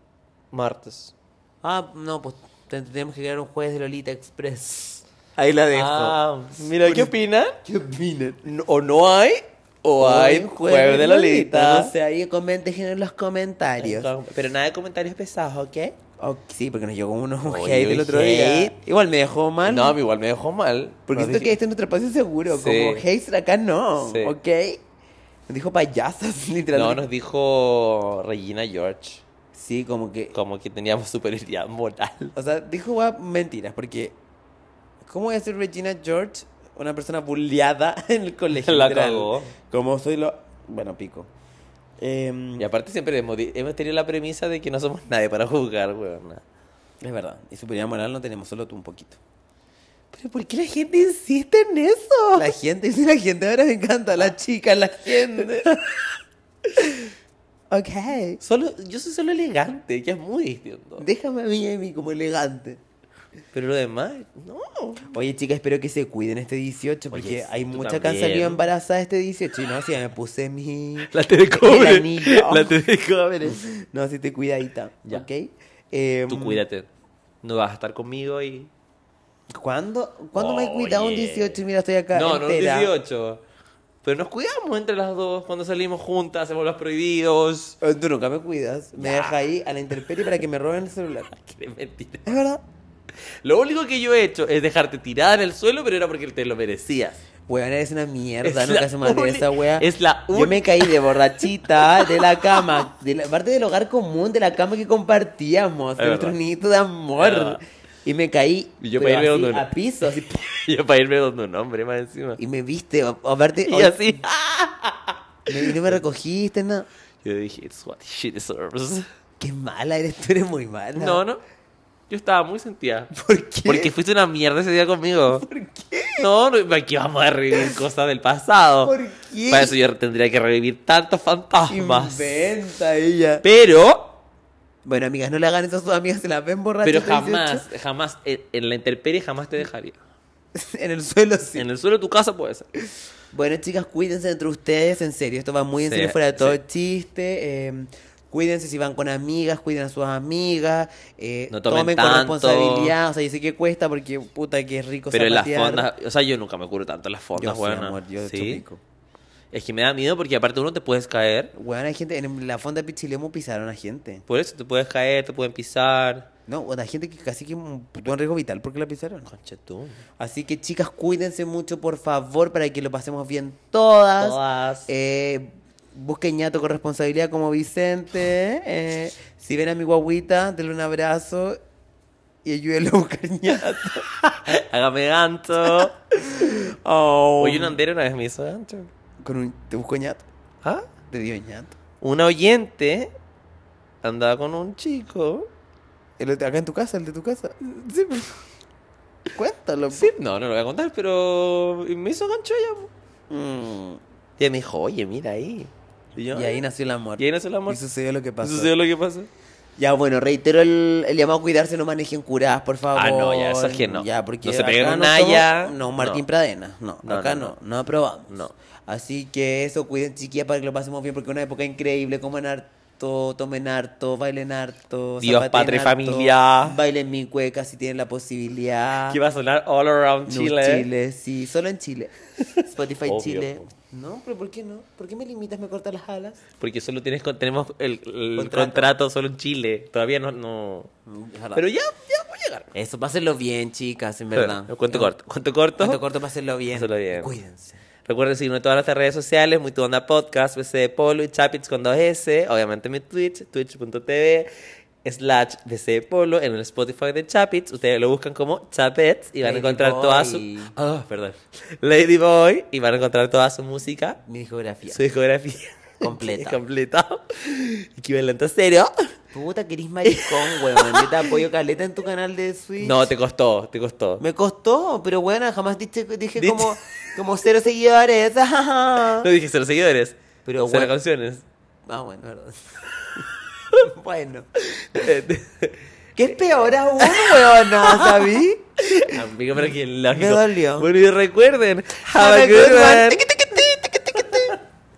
Speaker 1: Martes.
Speaker 2: Ah, pues, no, pues te- tenemos que crear un jueves de Lolita Express. Ahí la dejo.
Speaker 1: Ah, mira, ¿qué opinan?
Speaker 2: ¿Qué opinan?
Speaker 1: No- O no hay, o hay jueves, de Lolita.
Speaker 2: No sé, ahí comenten déjenlo en los comentarios.
Speaker 1: Entonces, Pero nada de comentarios pesados, ¿ok?
Speaker 2: Oh, sí, porque nos llegó uno un
Speaker 1: Oye,
Speaker 2: hate el
Speaker 1: un
Speaker 2: otro día.
Speaker 1: hate.
Speaker 2: Igual me dejó mal.
Speaker 1: Ah, No, a mí igual me dejó mal.
Speaker 2: porque
Speaker 1: No
Speaker 2: siento
Speaker 1: dije-
Speaker 2: que este es nuestro espacio seguro.
Speaker 1: Sí.
Speaker 2: Como hate acá no,
Speaker 1: Sí.
Speaker 2: ¿ok? Nos dijo payasas,
Speaker 1: No,
Speaker 2: literalmente.
Speaker 1: nos dijo Regina George.
Speaker 2: Sí, como que...
Speaker 1: Como que teníamos superioridad moral.
Speaker 2: O sea, dijo guau, mentiras, porque... ¿Cómo voy a ser Regina George una persona bulleada en el colegio?
Speaker 1: La
Speaker 2: literal?
Speaker 1: cagó.
Speaker 2: Como soy lo... Bueno, pico. Em,
Speaker 1: Y aparte siempre hemos, di- hemos tenido la premisa de que no somos nadie para juzgar, weón.
Speaker 2: Es verdad. Y superioridad moral no tenemos, solo tú un poquito.
Speaker 1: Pero ¿por qué la gente insiste en eso?
Speaker 2: La gente, sí, la gente, ahora me encanta, la chica, la gente. ok.
Speaker 1: Solo, yo soy solo elegante, que es muy distinto.
Speaker 2: Déjame a mí, Emi, como elegante.
Speaker 1: Pero lo demás, no.
Speaker 2: Oye, chica, espero que se cuiden este 18, porque
Speaker 1: Oye,
Speaker 2: hay
Speaker 1: tú
Speaker 2: muchas que han
Speaker 1: también.
Speaker 2: salido embarazadas este 18. Y no, si ya me puse mi...
Speaker 1: La te de
Speaker 2: El
Speaker 1: cobre.
Speaker 2: anillo.
Speaker 1: La te de cobre.
Speaker 2: No, si te cuidadita,
Speaker 1: Ya.
Speaker 2: ¿ok? Em,
Speaker 1: Tú cuídate. No vas a estar conmigo y...
Speaker 2: Em, ¿Cuándo, ¿cuándo me he cuidado un
Speaker 1: Oye.
Speaker 2: 18? Y Mira, estoy acá
Speaker 1: No,
Speaker 2: entera.
Speaker 1: no un 18. Pero nos cuidamos entre las dos cuando salimos juntas, hacemos los prohibidos.
Speaker 2: Eh, Tú nunca me cuidas. Me
Speaker 1: Ya.
Speaker 2: deja ahí a la intemperie para que me roben el celular.
Speaker 1: Qué mentira.
Speaker 2: Es verdad.
Speaker 1: Lo único que yo he hecho es dejarte tirada en el suelo, pero era porque te lo merecías.
Speaker 2: Weón, eres una mierda,
Speaker 1: Es
Speaker 2: nunca
Speaker 1: la
Speaker 2: se me olvidó
Speaker 1: uni-
Speaker 2: esa wea.
Speaker 1: es la
Speaker 2: Yo me caí de borrachita de la cama, de la parte del hogar común, de la cama que compartíamos,
Speaker 1: Es
Speaker 2: de nuestro
Speaker 1: verdad.
Speaker 2: nido de
Speaker 1: Es
Speaker 2: amor.
Speaker 1: verdad.
Speaker 2: Y me caí
Speaker 1: Y yo
Speaker 2: pero
Speaker 1: para irme
Speaker 2: así,
Speaker 1: donde-
Speaker 2: a piso. así,
Speaker 1: Yo para irme dando un hombre más encima.
Speaker 2: y me viste, a- aparte,
Speaker 1: Y
Speaker 2: hoy-
Speaker 1: así.
Speaker 2: me- y no me recogiste, nada.
Speaker 1: Yo dije, it's what she deserves.
Speaker 2: Qué mala eres, tú eres muy mala.
Speaker 1: No, no. Yo estaba muy sentida.
Speaker 2: ¿Por qué?
Speaker 1: Porque fuiste una mierda ese día conmigo.
Speaker 2: ¿Por qué?
Speaker 1: No, no, aquí vamos a revivir cosas del pasado.
Speaker 2: ¿Por qué?
Speaker 1: Para eso yo Ah, tendría que revivir tantos fantasmas.
Speaker 2: Inventa ella.
Speaker 1: Pero
Speaker 2: Bueno, amigas, no le hagan eso a sus amigas, se las ven borrachas.
Speaker 1: Pero
Speaker 2: el 18.
Speaker 1: jamás, jamás, en, en la intemperie jamás te dejaría.
Speaker 2: En el suelo sí.
Speaker 1: En el suelo de tu casa puede ser.
Speaker 2: Bueno, chicas, cuídense entre ustedes, en serio. Esto va muy en
Speaker 1: Sí,
Speaker 2: serio, fuera de todo
Speaker 1: sí.
Speaker 2: chiste. eh, cuídense si van con amigas, cuiden a sus amigas. eh,
Speaker 1: No
Speaker 2: tomen,
Speaker 1: tomen
Speaker 2: con
Speaker 1: tanto.
Speaker 2: responsabilidad. O sea, yo sé que cuesta porque puta que es rico
Speaker 1: Pero en las
Speaker 2: zapatear.
Speaker 1: fondas, o sea, yo nunca me curo tanto en las
Speaker 2: Yo
Speaker 1: fondas,
Speaker 2: sí,
Speaker 1: buena.
Speaker 2: amor, yo
Speaker 1: Sí.
Speaker 2: chupico.
Speaker 1: Es que me da miedo porque aparte uno te puedes caer.
Speaker 2: Weón, hay gente, en la fonda de Pichilemu pisaron a gente.
Speaker 1: Por eso te puedes caer, te pueden pisar.
Speaker 2: No, o sea, gente que casi que mm, tuvo un riesgo vital porque la pisaron.
Speaker 1: Concha tú.
Speaker 2: Así que chicas, cuídense mucho, por favor, para que lo pasemos bien todas.
Speaker 1: Todas.
Speaker 2: Eh, busquen ñato con responsabilidad como Vicente. Eh, si ven a mi guaguita, denle un abrazo y ayúdenlo a buscar ñato.
Speaker 1: Hágame gancho.
Speaker 2: Oh.
Speaker 1: Oye, un andero una vez me hizo gancho.
Speaker 2: Con un- te busco ñato.
Speaker 1: ¿Ah?
Speaker 2: Te dio ñato.
Speaker 1: Una oyente andaba con un chico.
Speaker 2: El otro- acá en tu casa, el de tu casa. Sí, pues. Cuéntalo.
Speaker 1: Sí, no, no lo voy a contar, pero y me hizo gancho ella. po.
Speaker 2: pues. Mm.
Speaker 1: Y ella me dijo, oye, mira ahí. Y, yo,
Speaker 2: Y ahí nació el amor.
Speaker 1: Y ahí nació el amor.
Speaker 2: Y sucedió lo que pasó.
Speaker 1: Sucedió lo que pasó.
Speaker 2: Ya, bueno, reitero el, el llamado a cuidarse, no manejen curadas, por favor.
Speaker 1: Ah, no, ya, eso es que no.
Speaker 2: Ya, porque
Speaker 1: No se
Speaker 2: acá
Speaker 1: peguen
Speaker 2: no
Speaker 1: una
Speaker 2: somos-
Speaker 1: ya.
Speaker 2: No, Martín
Speaker 1: No.
Speaker 2: Pradena, no,
Speaker 1: No,
Speaker 2: acá no,
Speaker 1: no,
Speaker 2: no, aprobamos.
Speaker 1: No.
Speaker 2: Así que eso, cuiden chiquillas para que lo pasemos bien, porque es una época increíble, coman harto, tomen harto, bailen harto.
Speaker 1: Dios,
Speaker 2: zapateen
Speaker 1: patria y
Speaker 2: harto,
Speaker 1: familia.
Speaker 2: Bailen mi cueca si tienen la posibilidad.
Speaker 1: Que va a sonar all around
Speaker 2: Ah. No,
Speaker 1: Chile. ¿eh?
Speaker 2: Chile, sí, solo en Chile. Spotify
Speaker 1: Obvio.
Speaker 2: Chile. No, pero ¿por qué no? ¿Por qué me limitas, me cortas las alas?
Speaker 1: Porque solo tienes con- tenemos el, el
Speaker 2: Contrato.
Speaker 1: contrato. solo en Chile. Todavía no. no... Pero ya, ya voy a llegar.
Speaker 2: Eso, pásenlo bien, chicas, en verdad.
Speaker 1: Cuento
Speaker 2: Eh,
Speaker 1: corto. Cuento corto.
Speaker 2: Cuento corto, pásenlo bien.
Speaker 1: Pásenlo bien.
Speaker 2: Cuídense.
Speaker 1: Recuerden seguirnos en todas nuestras redes sociales, Muy Tu Onda Podcast, BC de Polo y Chapits con 2S, obviamente mi Twitch, twitch.tv slash BC de Polo, en el Spotify de Chapits, ustedes lo buscan como Chapets y van
Speaker 2: Lady
Speaker 1: a encontrar toda su...
Speaker 2: Boy.
Speaker 1: Ah, perdón. Ladyboy y van a encontrar toda su música
Speaker 2: Mi discografía.
Speaker 1: su discografía
Speaker 2: Completa.
Speaker 1: completa. Equivalente a cero.
Speaker 2: Puta, que eres maricón, weón. Yo te apoyo caleta en tu canal de Switch.
Speaker 1: No, te costó, te costó.
Speaker 2: Me costó, pero bueno, jamás dije, dije
Speaker 1: Diste-
Speaker 2: como, como cero seguidores. ah,
Speaker 1: No dije cero seguidores. Pero
Speaker 2: Pero
Speaker 1: cero
Speaker 2: bueno.
Speaker 1: canciones.
Speaker 2: bueno, perdón. bueno. ¿Qué es peor aún, weón? ¿No sabí?
Speaker 1: Amigo, pero que lógico.
Speaker 2: dolió.
Speaker 1: Bueno, y recuerden, have,
Speaker 2: Have a
Speaker 1: a
Speaker 2: good
Speaker 1: good
Speaker 2: one.
Speaker 1: one.